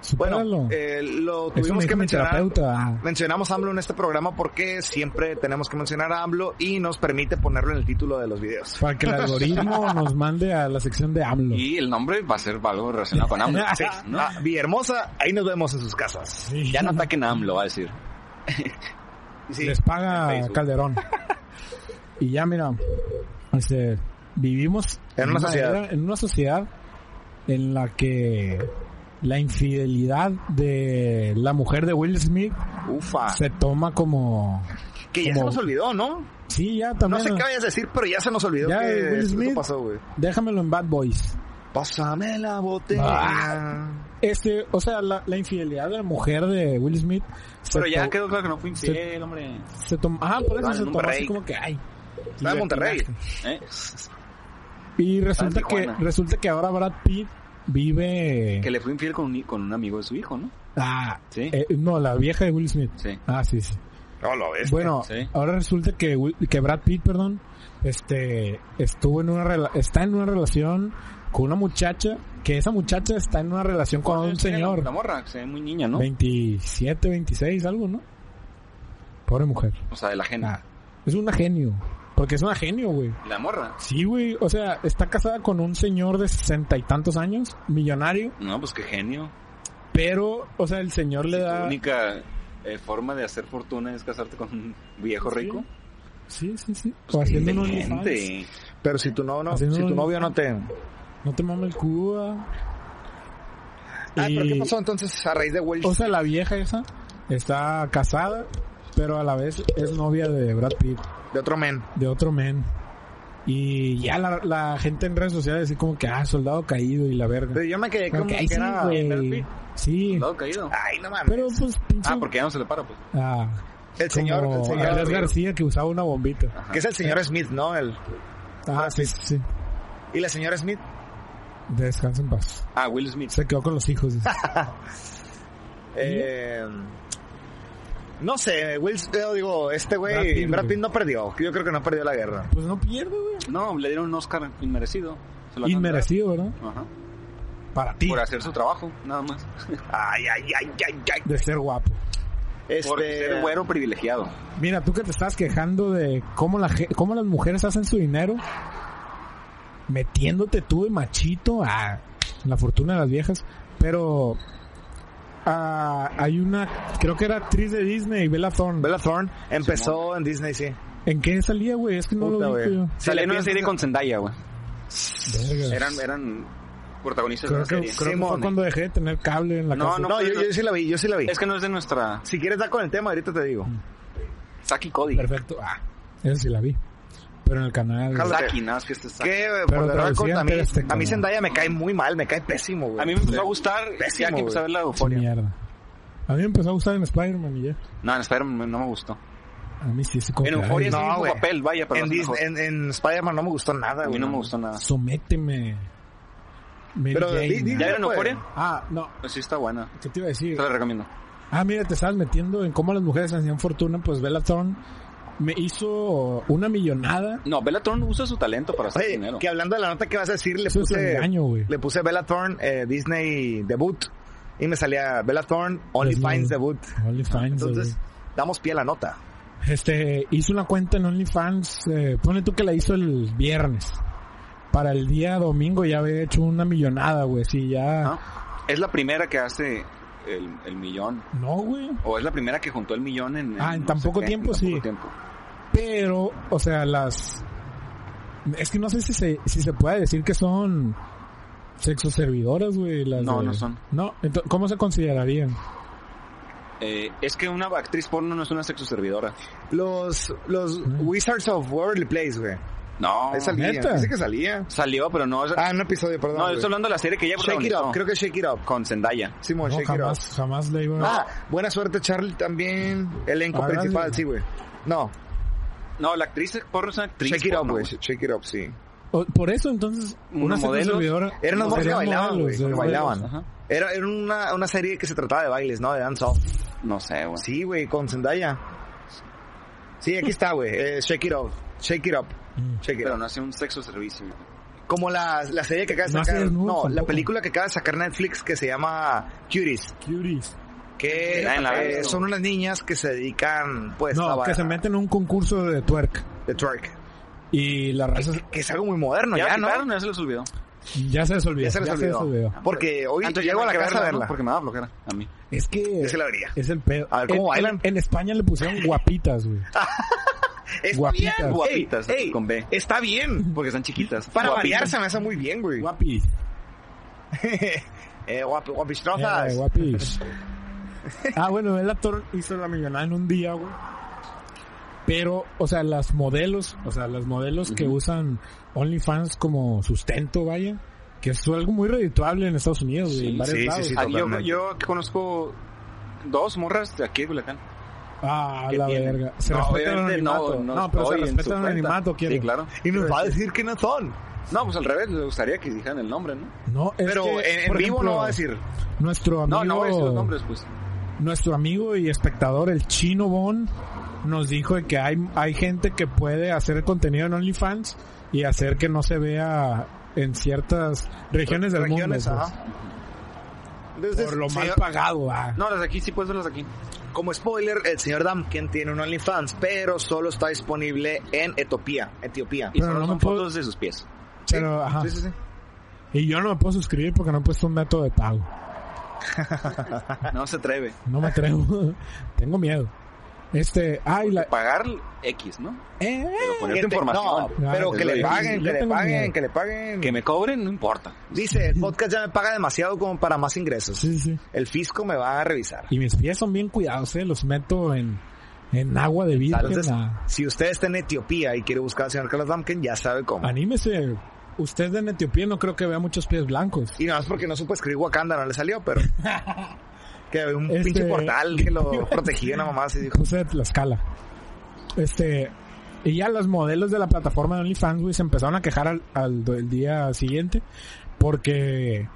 Supéralo. Bueno, eh, lo Eso me tuvimos dijo que mi mencionar. terapeuta. Mencionamos AMLO en este programa porque siempre tenemos que mencionar a AMLO y nos permite ponerlo en el título de los videos. Para que el algoritmo nos mande a la sección de AMLO. Y el nombre va a ser algo relacionado con AMLO. Sí. ¿no? Ah, Villahermosa, ahí nos vemos en sus casas. Sí. Ya no ataquen a AMLO, va a decir. Sí. Les en paga Facebook. Calderón. y ya, mira, este, vivimos En una sociedad. era- en una sociedad en la que la infidelidad de la mujer de Will Smith Ufa. se toma como... Que ya como- se nos olvidó, ¿no? Sí, ya No también. sé qué vayas a decir, pero ya se nos olvidó Ya, que Will esto Smith. Ah. pasó, güey. Déjamelo en Bad Boys. Pásame la botella. Ah, Este, o sea, la, la infidelidad de la mujer de Will Smith se, Pero ya to- quedó claro que no fue infiel, hombre. se tomó, ah, por eso Ah, en se tomó así Monterrey. como que, ay. Estaba en Monterrey. ¿Eh? Y resulta en que, Tijuana. resulta que ahora Brad Pitt vive... Que le fue infiel con un, con un amigo de su hijo, ¿no? Ah, Sí. eh, no, la vieja de Will Smith. Sí. Este, Ah, sí, sí. No lo ves. bueno, sí. ahora resulta que, Will- que Brad Pitt, perdón, este, estuvo en una, rela- está en una relación con una muchacha, que esa muchacha está en una relación con un señor. La morra, se ve muy niña, ¿no? 27, 26, algo, ¿no? Pobre mujer. O sea, de la gente. Ah, es una genio. Porque es una genio, güey. La morra. Sí, güey. O sea, está casada con un señor de sesenta y tantos años, millonario, No, pues qué genio. pero, o sea, el señor le Tu da... única eh, forma de hacer fortuna es casarte con un viejo Sí. rico. Sí, sí, sí. Pues o qué haciendo un OnlyFans. inteligente. Pero si tu novio, Así si no- tu novio no te... No te mames el cuba. Ah, pero Y, ¿qué pasó entonces a raíz de Will? O sea, la vieja esa está casada, pero a la vez es novia de Brad Pitt, de otro men. de otro men. Y ya la, la gente en redes sociales así como que, ah, soldado caído y la verga. Pero yo me quedé Como como que, que ay, sí, era... güey. Brad Pitt. Sí, Lado caído. Ah, Ay, no mames. pero pues pinche... Ah, porque ya no se le para, pues. ah, el señor, como el señor- Ah, Andrés García que usaba una bombita. que es el señor Smith, ¿no? El, Ah, sí, sí, sí. y la señora Smith, Descansa en paz. Ah, Will Smith. Se quedó con los hijos. dice. eh, No sé, Will, yo digo, este Brad güey, Pitt, Brad güey. Pitt no perdió. Yo creo que no perdió la guerra. Pues no pierde, güey. No, le dieron un Oscar inmerecido. Se lo acaban de dar. Inmerecido, ¿verdad? Ajá. Para ti. Por hacer su trabajo, nada más. Ay, ay, ay, ay, ay. De ser guapo. Este, Por ser güero privilegiado. Mira, tú que te estás quejando de cómo, la, ge- cómo las mujeres hacen su dinero, metiéndote tú de machito a la fortuna de las viejas, pero ah, hay una, creo que era actriz de Disney, Bella Thorne. Bella Thorne empezó en Disney, sí. ¿En qué salía, güey? Es que no Puta, lo vi güey. yo. Salió en una piensas- serie con Zendaya, güey. Pues, Verga. Eran, eran protagonistas Creo de que, la serie. creo que fue Simón. cuando dejé de tener cable en la No, casa. No, yo, yo sí la vi, yo sí la vi. Es que Mm. no es de nuestra... Si quieres dar con el tema, ahorita te digo. Saki Cody. Perfecto. Ah, esa sí la vi. Pero en el canal. Jala- Saki, nada más que este Saki. Que, Pero por traducida the record, a mí, entera está a mí cabrón. Zendaya me cae muy mal, me cae pésimo, güey. A mí me empezó a gustar Pésimo, ya que empecé a ver la esa euforia. mierda. A mí me empezó a gustar en Spider-Man y ya. No, en Spider-Man no me gustó. A mí sí, sí. como En que, ay, euforia es el no, mismo güey. papel, vaya, pero en, lo hacen Disney- mejor. en, en Spider-Man no me gustó nada, A güey. mí no me gustó nada. Sométeme. Mary Pero Jane, di- di- ah. ¿Ya vieron güey. Euforia? Ah, no. Pues sí está buena. ¿Qué te iba a decir? Te la recomiendo. Ah, mira, te estabas metiendo en cómo las mujeres hacían fortuna. Pues Bella Thorne me hizo una millonada. No, Bellator usa su talento para hacer Oye, dinero. que hablando de la nota que vas a decir, le Eso es un puse, engaño, güey. le puse Bella Thorne, eh, Disney debut, y me salía Bella Thorne, Only Desnudo. Finds debut. OnlyFans. Entonces, damos pie a la nota. güey. Este, hizo una cuenta en OnlyFans. Eh, pone tú que la hizo el viernes. Para el día domingo ya había hecho una millonada, güey. Sí, ya. Ah. ¿no? Es la primera que hace el, el millón. No, güey. O es la primera que juntó el millón en... Ah, en no tan sé poco qué, tiempo, en tan sí. poco tiempo. Pero, o sea, las... Es que no sé si se, si se puede decir que son sexoservidoras, güey. las No, de- no son. No, entonces, ¿cómo se considerarían? Eh, es que una actriz porno no es una sexo servidora. Los, los Wizards of Waverly Place, güey. No. Ahí salía. Ah, ¿neta? Dice que salía. Salió, pero no. Ah, en un episodio, perdón. no, güey. estoy hablando de la serie que ella Shake It protagonizó Up, creo que es Shake It Up. con Zendaya. Simón, No, Shake It Up. jamás, jamás le iba a... Ah, buena suerte Charlie también. Elenco Ah, principal, dale. sí, güey. No, No, la actriz porno es una actriz Shake It Up, porno, güey. Shake It Up, sí. O- Por eso, entonces, Unos una modelos. sexoservidora... Eran unos morros que serían bailaban, güey. modelos, que eh, Bailaban. Ajá. Era, era una, una serie que se trataba de bailes, ¿no? De dance-off. No sé, güey. Sí, güey, con Zendaya. Sí, aquí está, güey. Eh, shake It Up. Shake It Up. Mm. Shake It Pero Up. no hace un sexo servicio. Como la, la serie que acaba de No hace sacar. desnudo No, la tampoco. película que acaba de sacar Netflix que se llama Cuties. Cuties. Que Nadie la ha eh, visto. son unas niñas que se dedican, pues, No, a que se meten en un concurso de twerk. de twerk. Y la raza Que es algo muy moderno, ya, ya, ¿no? quitaron, ya se les olvidó. ya se les olvidó. Ya se les olvidó. Ah. Porque hoy Antes llego a ya no la hay que casa a verla, ¿no? verla. Porque me da flojera a mí. Es que... Yo se la vería. Es el pedo. A ver, ¿cómo En- bailan? Ah. En, en España le pusieron guapitas, güey. Está Guapitas. bien, güey. Guapitas, Ey, con B. Está bien. Porque están chiquitas. Para Guapitas. variar se me hace muy bien, güey. Guapis. eh, guap- guapistrozas. Eh, guapis. ah, bueno, el actor hizo la millonada en un día, güey. Pero, o sea, las modelos, o sea, las modelos que usan OnlyFans como sustento, vaya, que es algo muy redituable en Estados Unidos, güey, Sí, en varios sí, sí, lados. sí. Ah, yo, totalmente. yo que conozco dos morras de aquí de Culiacán. Ah, ¿Qué la tiene? verga. Se No, respeta el obviamente no, anonimato. no No, pero se estoy en su respeta el cuenta. anonimato, quiero. Sí, claro. Y nos va a decir que no son. No, pues al revés, me gustaría que dijeran el nombre, ¿no? No, es Pero que, en, en por vivo ejemplo, no va a decir. Nuestro amigo... No, no voy a decir los nombres, pues. nuestro amigo y espectador, el chino Bon, nos dijo de que hay, hay gente que puede hacer contenido en OnlyFans y hacer que no se vea en ciertas regiones del Regiones, mundo. pues, ajá. Entonces, por lo mal señor- pagado. ah. No, las de aquí sí, pues las de aquí. Como spoiler, el señor Damken tiene un OnlyFans, pero solo está disponible en Etiopía. Etiopía. Y Pero solo no son me puedo- fotos de sus pies. pero, ajá. Sí, sí, sí. Y yo no me puedo suscribir porque no he puesto un método de pago. No se atreve. No me atrevo. Tengo miedo. Este, ay, la... Pagar X, ¿no? eh, Pero poner tu Gente- información. no, pero Ah, que le yo- paguen, yo que le tengo paguen, miedo. que le paguen. Que me cobren, no importa. Dice, el podcast ya me paga demasiado como para más ingresos. Sí, sí. El fisco me va a revisar. Y mis pies son bien cuidados, eh. Los meto en, en agua de virgen. Entonces, ah. si usted está en Etiopía y quiere buscar al señor Carlos Damken, ya sabe cómo. Anímese. Usted en Etiopía no creo que vea muchos pies blancos. Y nada más porque no supo escribir Wakanda, no le salió, pero... que había un Este- pinche portal que lo protegía una mamá así dijo. José de escala Este, y ya los modelos de la plataforma de OnlyFans, güey, se empezaron a quejar al, al do- el día siguiente porque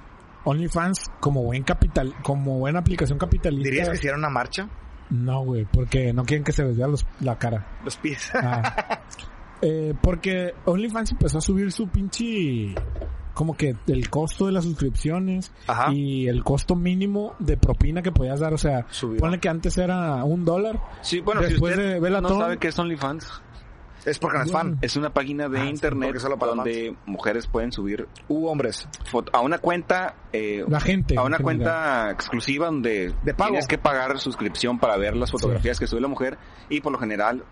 OnlyFans, como buen capital, como buena aplicación capitalista, ¿Dirías que hicieron una marcha? No, güey, porque no quieren que se les vea los- la cara. Los pies. Ah. Eh, porque OnlyFans empezó a subir su pinche. Como que el costo de las suscripciones Ajá. y el costo mínimo de propina que podías dar. O sea, Subió. ponle que antes era un dólar. Sí, bueno, Después si usted de Bellator- no sabe qué es OnlyFans, Es porque no es fan. es una página de Ah, sí, internet porque solo para donde mujeres pueden subir U hombres. foto- a una cuenta eh, La gente. a una en general. cuenta exclusiva donde De pago. tienes que pagar suscripción para ver las fotografías que sube la mujer y por lo general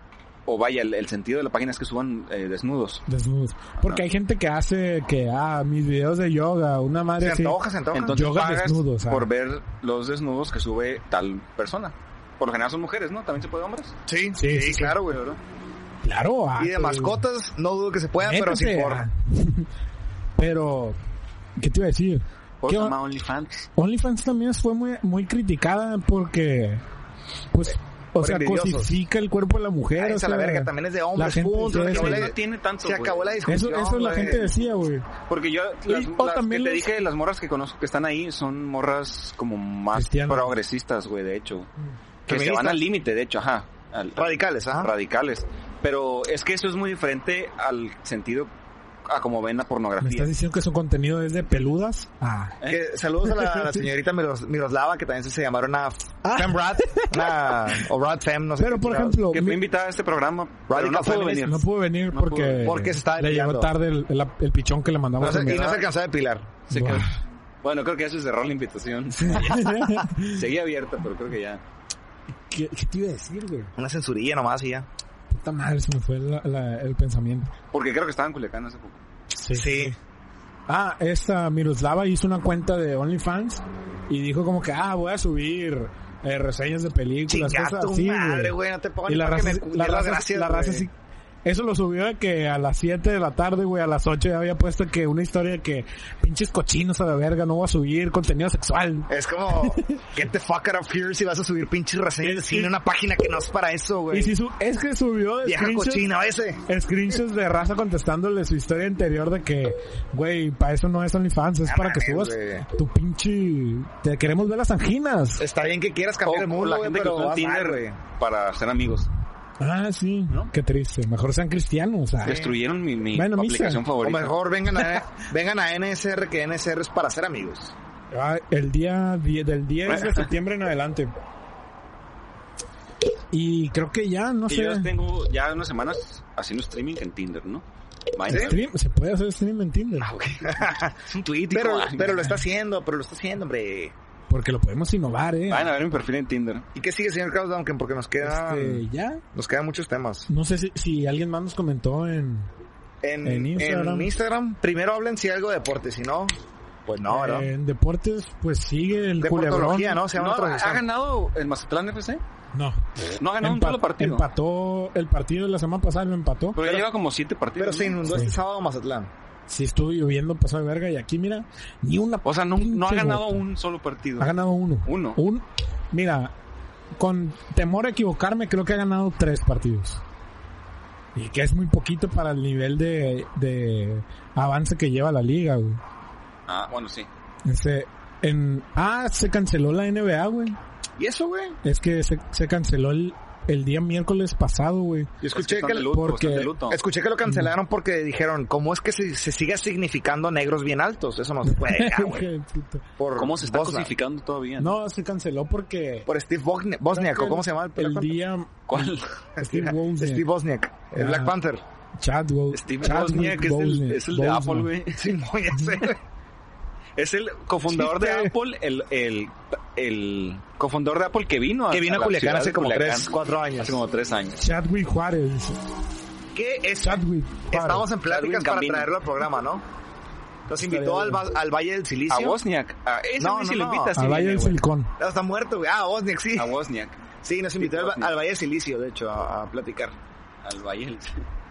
o vaya el, el sentido de la página es que suban eh, desnudos desnudos. Porque Ah. hay gente que hace que, ah, mis videos de yoga, una madre Se así. antoja, se antoja. entonces Yoga pagas desnudos, ah. por ver los desnudos que sube tal persona por lo general son mujeres no también se puede hombres sí, Sí, sí, sí. claro, güey. Claro, ah, Y de que- mascotas, no dudo que se puedan, pero Métanse, sin ah. porno. Pero, ¿qué te iba a decir? por Pues ¿Qué se on- llama OnlyFans OnlyFans también fue muy, muy criticada porque, pues, o Por sea, envidiosos. cosifica el cuerpo de la mujer. Ahí o está la sea, verga, también es de la hombres, gente punto. decía Se acabó eso. la, no tiene tanto se güey. acabó la Eso, discusión. eso la güey. gente decía, güey. porque yo las, Y- o las también que te los- dije las morras que conozco que están ahí son morras como más Cristianas. progresistas güey de hecho que se Feministas. van al límite de hecho ajá al- Radicales, ajá. radicales. Pero es que eso es muy diferente al sentido a como ven la Me pornografía. estás diciendo que su contenido es de peludas. Ah, Eh. Que- saludos a la, a la señorita Miros- Miroslava, que también se- se llamaron a Femrat, una, o Rad Fem, no sé. Ah. Pero, qué por chingados. ejemplo, Que mi- fue invitada a este programa, pero Radical no puede feminist, venir. no pudo venir No pudo- porque, porque se estaba le llegó depilando. tarde el, el- el pichón que le mandamos. No se- a y mi- no se alcanzó a depilar. Se Buah. quedó. Bueno, creo que ya se cerró la invitación. Seguía abierta, pero creo que ya. ¿Qué, qué te iba a decir, güey? Una censurilla nomás y ya. Puta madre, se me fue la- la- el pensamiento. Porque creo que estaba en Culiacán hace poco. Sí. Sí. Ah, esta Miroslava hizo una cuenta de OnlyFans y dijo como que, ah, voy a subir eh, reseñas de películas, Chinga cosas tu así. madre, güey. güey, no te pongas Y la raza, la raza, gracias, la raza sí. Eso lo subió de que a las 7 de la tarde, güey, a las 8 ya había puesto que una historia de que pinches cochinos a la verga, no voy a subir contenido sexual. Es como, get the fuck out of here si vas a subir pinches reseñas de cine, una página que no es para eso, güey. Y si su, es que subió Vieja screenshots cochina ese. screenshots de raza contestándole su historia anterior de que, güey, para eso no es OnlyFans, es No para que subas Ah, mames, güey. tu pinche... Te queremos ver las anginas. Está bien que quieras cambiar O el mundo, la güey, gente que pero usa vas mal, Tinder güey. para ser amigos. Ah, sí. ¿No? Qué triste. Mejor sean cristianos. ah. Destruyeron mi, mi Bueno, misa. aplicación O favorita. mejor vengan a, vengan a NSR, que NSR es para ser amigos. Ah, el día 10, del 10 de septiembre en adelante. Y creo que ya, no Y sé. yo ya tengo ya unas semanas haciendo streaming en Tinder, ¿no? Vaya. Stream- se puede hacer stream en Tinder. Ah, Es un tweet. Pero, pero lo está haciendo, pero lo está haciendo, hombre. Porque lo podemos innovar, eh. Van a ver mi perfil en Tinder. ¿Y qué sigue, señor Carlos Duncan? Porque nos quedan, Este, ya. nos quedan muchos temas. No sé si, si alguien más nos comentó en. En En, en Instagram. Instagram. primero hablen si hay algo de deporte, si no, pues no, ¿verdad? en deportes, pues sigue el culebrón. Deportología, ¿no? Se llama No, otra ¿Ha sección. ganado el Mazatlán FC? No. Ah, No ha ganado un Empa- solo partido. Empató el partido de la semana pasada, lo empató. Pero ya lleva como siete partidos. Pero se ¿no? inundó Sí. este sábado Mazatlán. Si estuvo lloviendo, pasó de verga. Y aquí, mira, ni una. O sea, no, no ha pinche ganado gota. un solo partido. Ha ganado uno. Uno. Un, mira, con temor a equivocarme, creo que ha ganado tres partidos. Y que es muy poquito para el nivel de, de avance que lleva la liga, güey. Ah, bueno, sí. Ese- en, ah, se canceló la NBA, güey. ¿Y eso, güey? Es que se, se canceló el, el día miércoles pasado, güey. Yo escuché Es que que, están de el- luto, porque- están de luto. escuché que lo cancelaron Mm. porque dijeron, ¿cómo es que se, se sigue significando negros bien altos? Eso no se puede, dejar, güey. Qué puto. Por ¿Cómo se está Bosniak. cosificando todavía? no, se canceló porque... Por Steve Bosniak, Bosniak, ¿o ¿cómo se llama? El, Black Panther? día... ¿Cuál? Steve Wozniak. Steve Bosniak, el Ah. Black Panther. Chadwick- Steve Chadwick Wozniak es el, Boseman. es el de Boseman. Apple, güey. Sí, voy a hacer. Es el cofundador de Sí, güey. Apple, el, el, el cofundador de Apple que vino a, Que vino a la Culiacán ciudad hace de como Culiacán. tres, cuatro años. Hace como tres años. Chadwick Juárez. ¿Qué es? Chadwick Juárez. Estamos en pláticas Edwin para Gambino. traerlo al programa, ¿no? Nos Estaría invitó al, bien. va- al Valle del Silicio. A Wozniak. A ese No, güey no, si lo no. invitas, sí Al Valle viene, del güey. Silicón. No, está muerto, güey. Ah, Bosniak, sí. A Wozniak. Sí, nos invitó al, Bosniak. al Valle del Silicio, de hecho, a, a platicar. Al Valle del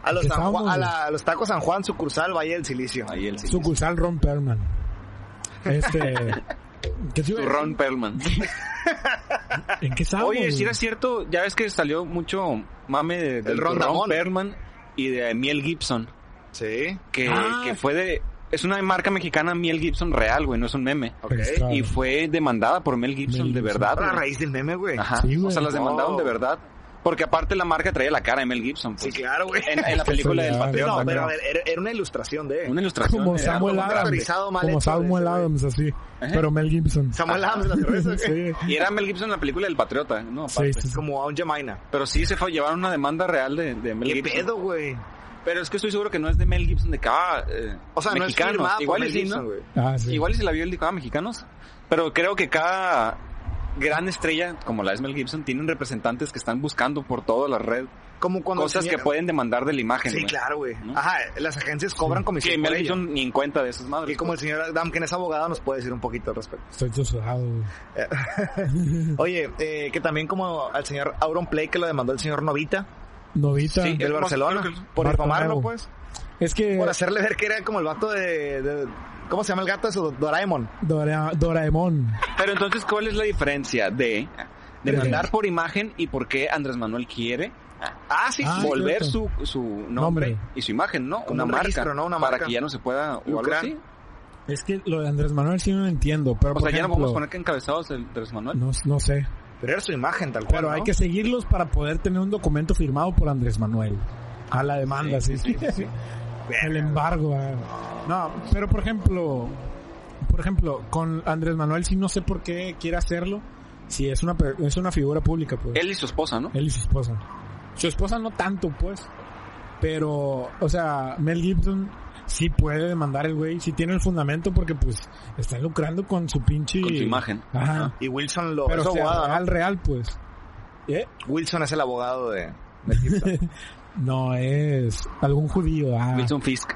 A los, Que San Ju- estábamos, a, la- a los tacos San Juan, sucursal Valle del Silicio. Ahí el sí. Sucursal Ron Perlman. Este. ¿qué te iba a decir? Ron Perlman. ¿En qué estamos? Oye, si güey? era cierto, ya ves que salió mucho mame de, del Ron Ron Damón. Perlman y de Miel Gibson, Sí. que, Ah. que fue de es una marca mexicana Mel Gibson real, güey, no es un meme. Ok. Registrado. Y fue demandada por Mel Gibson Pues Mel de Gibson. verdad. A güey. raíz del meme, güey. Ajá. Sí, güey. o sea, las demandaron Oh. de verdad. Porque aparte la marca traía la cara de Mel Gibson. Sí, pues. claro, güey. En, en la película del Casualidad. Patriota. No, pero creo. a ver, era, era una ilustración de Una ilustración. Como de- Samuel algo Adams. autorizado, mal Como hecho de Samuel ese, güey. Adams, así. Pero Mel Gibson. Samuel Adams, la cerveza, güey. sí, Y era Mel Gibson en la película del Patriota. No, sí, aparte. sí, sí. Como a un Jemina. Pero sí se fue, llevaron una demanda real de, de Mel ¿Qué Gibson. pedo, güey? Pero es que estoy seguro que no es de Mel Gibson de cada eh, O sea, no es mexicano. firmada por Igual y Mel sí, Gibson, ¿no? güey. Ah, sí. Igual y se la vio el de cada mexicanos. Pero creo que cada gran estrella, como la es Mel Gibson, tienen representantes que están buscando por toda la red Como cuando... cosas tenía- que pueden demandar de la imagen. Sí, güey. claro, güey. ¿No? Ajá, las agencias cobran comisión Que por Mel ello. Gibson ni en cuenta de esas madres. Y como el señor Adam, que es abogado, nos puede decir un poquito al respecto. Estoy todo sudado, güey. Oye, eh, que también como al señor Auron Play, que lo demandó el señor Novita, Novita. Sí, del Hemos- Barcelona, creo que- por Bartomeu. infamarlo, pues. Es que Por hacerle ver que era como el vato de... de- ¿Cómo se llama el gato? Eso, Doraemon. Dora- Doraemon. Pero entonces, ¿cuál es la diferencia de demandar por imagen y por qué Andrés Manuel quiere Ah, sí. Ah, volver su, cierto. su nombre, Nombre. y su imagen, ¿no? Como un registro, ¿no? Una para marca. que ya no se pueda o algo Lucrar. así. Es que lo de Andrés Manuel sí no lo entiendo, pero O por sea, ya no ejemplo, podemos poner que encabezados el Andrés Manuel. no, no sé. Pero era su imagen, tal cual, Pero hay ¿no? que seguirlos para poder tener un documento firmado por Andrés Manuel. A la demanda, sí. El embargo. ah. No, pero por ejemplo, por ejemplo, con Andrés Manuel sí no sé por qué quiere hacerlo. Si es una per- es una figura pública, pues. Él y su esposa, ¿no? Él y su esposa. Su esposa no tanto, pues. Pero, o sea, Mel Gibson sí puede demandar el güey, sí tiene el fundamento porque pues está lucrando con su pinche... Con su imagen. Ajá. Y Wilson lo... Pero es o sea, abogado, ¿no? real, real, pues. ¿Eh? Wilson es el abogado de... de Gibson. No, es algún judío. Ah, Wilson Fisk.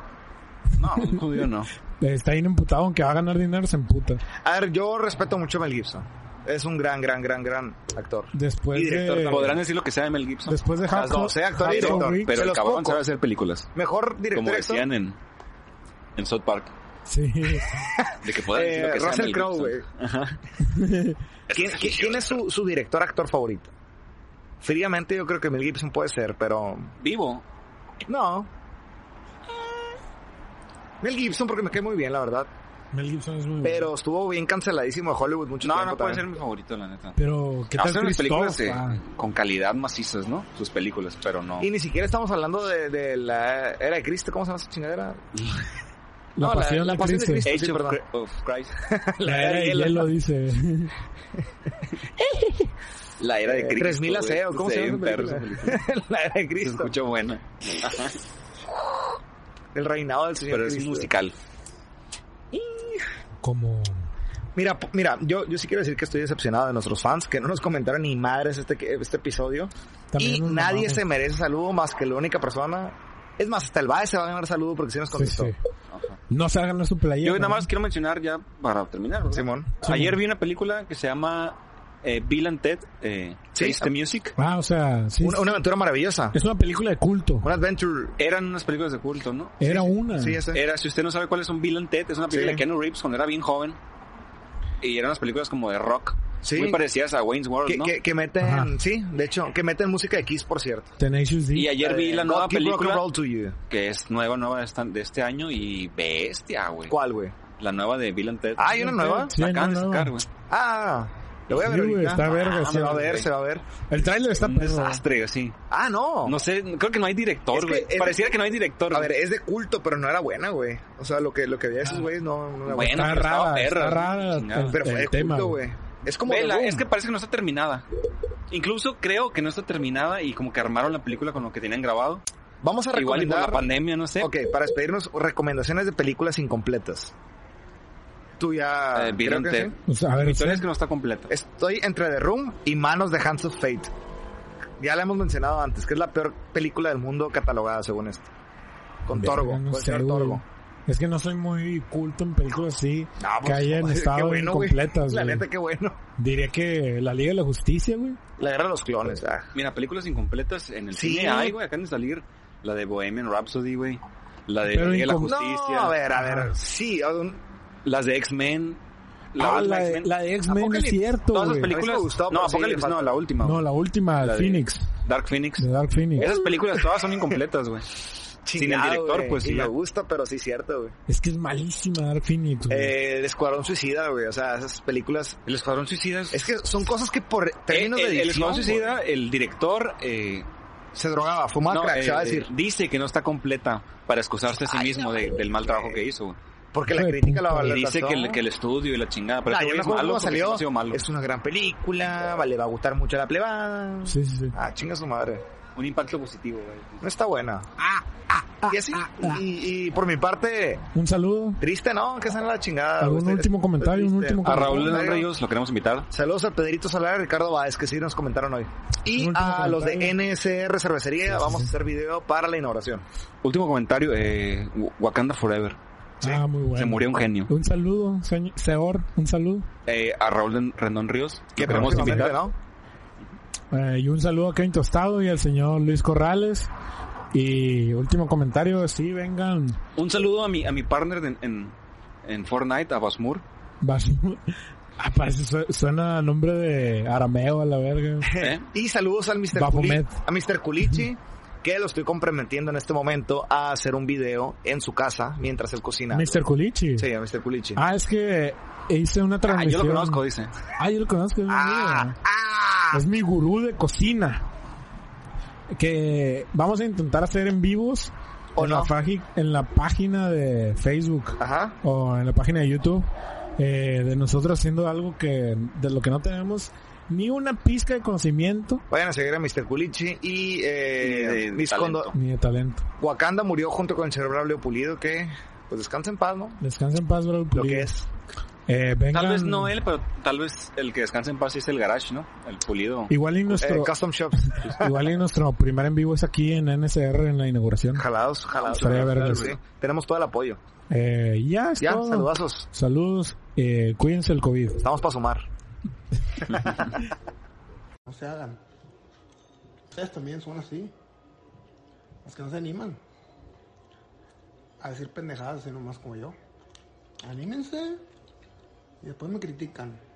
No, un judío no. está bien emputado, aunque va a ganar dinero, se emputa. a ver, yo respeto mucho a Mel Gibson. Es un gran, gran, gran, gran actor. Después Y director de... Podrán decir lo que sea de Mel Gibson. Después de Las dos, ¿eh? Actor Hacksaw y director, Ridge, pero se el los cabrón poco. sabe hacer películas. Mejor director Como actor, decían en, en South Park. Sí. De que podrán decir eh, lo que sea Russell Mel Crowe, Gibson. güey. ¿Quién, quién- quién es su, su director actor favorito? Fríamente yo creo que Mel Gibson puede ser, pero Vivo. no. Mel Gibson porque me cae muy bien, la verdad. Mel Gibson es muy... Pero estuvo bien canceladísimo de Hollywood mucho No, tiempo no puede ser también. mi favorito, la neta. Pero, ¿qué tal Hace unas películas Christoph? eh, Ah. con calidad macizas, ¿no? Sus películas, pero no. Y ni siquiera estamos hablando de, de la era de Cristo, ¿cómo se llama esa chingadera? La No, pasión la- de la pasión de Cristo. Age Sí, of, perdón. Cri- of Christ. La era de hielo, dice. La era de Eh, Cristo. 3000 güey. aseos, ¿cómo se ve llama un esa perro esa película? película. la era de Se Cristo. escucha buena. El reinado del señor Pero es Cristo. musical. Como... Mira, p- mira, yo, yo sí quiero decir que estoy decepcionado de nuestros fans, que no nos comentaron ni madres este, que- este episodio. También y nos nadie mamamos. se merece saludo más que la única persona. Es más, hasta el BAE se va a ganar saludo porque sí nos Sí, contestó. sí. No se hagan su playera. Yo nada ¿no? más quiero mencionar ya para terminar. ¿verdad? Simón. Ayer vi una película que se llama eh, Bill and Ted, eh, Sí. Taste the Music. Ah, o sea, sí. Una, una aventura maravillosa. Es una película de culto. Un adventure. Eran unas películas de culto, ¿no? Era una. Sí, ese. Era, si usted no sabe cuál es un Bill and Ted, es una película Sí. de Keanu Reeves cuando era bien joven. Y eran unas películas como de rock. Sí. Muy parecidas a Wayne's World, que, ¿no? que, que meten, Ajá. sí, de hecho, que meten música de Kiss, por cierto. Tenacious D. Y ayer Eh, vi la God nueva Give Rock and película, Roll to You. que es nueva, nueva de esta- de este año, y bestia, güey. ¿Cuál, güey? La nueva de Bill and Ted. Ah, ¿hay una nueva? Sí, La acaban no, de no. sacar, güey. Ah, lo voy a ver Sí, güey, ahorita. está verga, Ah, sí, se va a güey. ver, se va a ver. El tráiler está Un perro. desastre, así. Ah, no. No sé, creo que no hay Es director, que güey. es- Pareciera que no hay director. A güey. ver, es de culto, pero no era buena, güey. O sea, lo que, lo que había esos güeyes no, no era buena. Bueno, está pero estaba rara, perra, está ¿no? rara. Chingada. el- Pero fue el de tema, culto, güey. Es como... The Vela, Room. es que parece que no está terminada. Incluso creo que no está terminada y como que armaron la película con lo que tenían grabado. Vamos a Igual y por la recomendar... pandemia, no sé. Ok, para despedirnos, recomendaciones de películas incompletas. Tú ya... Eh, Bill creo and que Ted. sí. O sea, a ver, La historia es sí. que no está completa. Estoy entre The Room y Manos de Hands of Fate. Ya la hemos mencionado antes, que es la peor película del mundo catalogada, según esto. Con Verga, Torgo, no con el sé, señor güey. Torgo. Es que no soy muy culto en películas así. Ah, que pues, hayan qué estado güey. incompletas, La güey. neta, qué bueno. Diría que La Liga de la Justicia, güey. La guerra de los clones. ah. Mira, películas incompletas en el Sí. cine hay, güey. Acaban de salir la de Bohemian Rhapsody, güey. La de Pero Liga de la incom- Justicia. No, a ver, a ver. Sí, a un- Las de X-Men. Ah, última la de- X-Men. la de X-Men es Apocalipsis. cierto, Todas las güey. películas. Me gustó, no, pero sí, Apocalipsis, le no, falta. la última. No, güey. la última, La de- Phoenix. Dark Phoenix. De Dark Phoenix. Esas películas todas son incompletas, güey. Sin el director, güey, pues, Y sí, me ya. gusta, pero sí, cierto, güey. Es que es malísima Dark Phoenix, güey. Eh, el Escuadrón Suicida, güey. O sea, esas películas. El Escuadrón Suicida es- Es que son cosas que por términos el, de el- edición. El Escuadrón güey, Suicida, el director... Eh, Se drogaba, fumaba no, crack, eh, se va a decir. Dice que no está completa para excusarse a sí Ay, mismo no, de- güey. del mal trabajo que hizo. güey. Porque la Hijo de crítica puta. la Y valora. dice que el, que el estudio y la chingada, pero este yo güey me es acuerdo malo cómo porque salió. ha sido malo. Es una gran película, vale, va a gustar mucho a la plebada. sí, sí, sí. Ah, chinga su madre. Un impacto positivo, güey. No está buena. y así, y, y por mi parte, Un saludo. triste, ¿no? Que sean la chingada. ¿Algún Este- último este- comentario? ¿Un triste. último A Como Raúl León León Ríos. Ríos lo queremos invitar. Saludos a Pedrito Solar y Ricardo Báez, que sí nos comentaron hoy. Y Último a los de comentario. NSR Cervecería, Sí, sí, vamos sí. a hacer video para la inauguración. Último comentario, eh, Wakanda Forever. Ah, muy bueno. Se murió un genio. Un saludo, señ- Seor, un saludo. Eh, a Raúl Len- Rendón Ríos, que queremos próximamente, invitar. ¿no? Eh, y un saludo a Kevin Tostado y al señor Luis Corrales. Y último comentario, sí, vengan. Un saludo a mi, a mi partner en, en, en Fortnite, a Basmur. Vas- Ah, parece- su- suena a nombre de arameo a la verga. ¿eh? Y saludos al Mr. Baphomet. Culi- a Mr. Culichi, que lo estoy comprometiendo en este momento a hacer un video en su casa mientras él cocina. Mr. Culichi. Sí, a Mr. Culichi. Ah, es que hice una Ah, yo transmisión. lo conozco, dice. Ah. Ah, yo lo conozco, es mi Ah, amigo. Es mi gurú de cocina. Que vamos a intentar hacer en vivos ¿O en, no? la fagi- en la página de Facebook Ajá. o en la página de YouTube eh, de nosotros haciendo algo que de lo que no tenemos ni una pizca de conocimiento Vayan a seguir a Mr. Culichi y eh, Y de- de mis talento. condo- ni de talento. Wakanda murió junto con el cerebro Pulido, que pues descansa en paz, ¿no? Descansa en paz, Braulio Lo Pulido. que es. Eh, vengan- Tal vez no él, pero tal vez el que descansa en paz es el garage, ¿no? El pulido. Igual y nuestro, Eh, custom Shops. igual y nuestro primer en vivo es aquí en NSR en la inauguración. Jalados, jalados. Estaría Claro, vergas. sí. Tenemos todo el apoyo. Eh, ya es Ya, todo. saludazos. Saludos, eh, cuídense el COVID. Estamos para sumar. No se hagan. Ustedes también son así. Los que no se animan. A decir pendejadas así nomás como yo. Anímense. Y después me critican.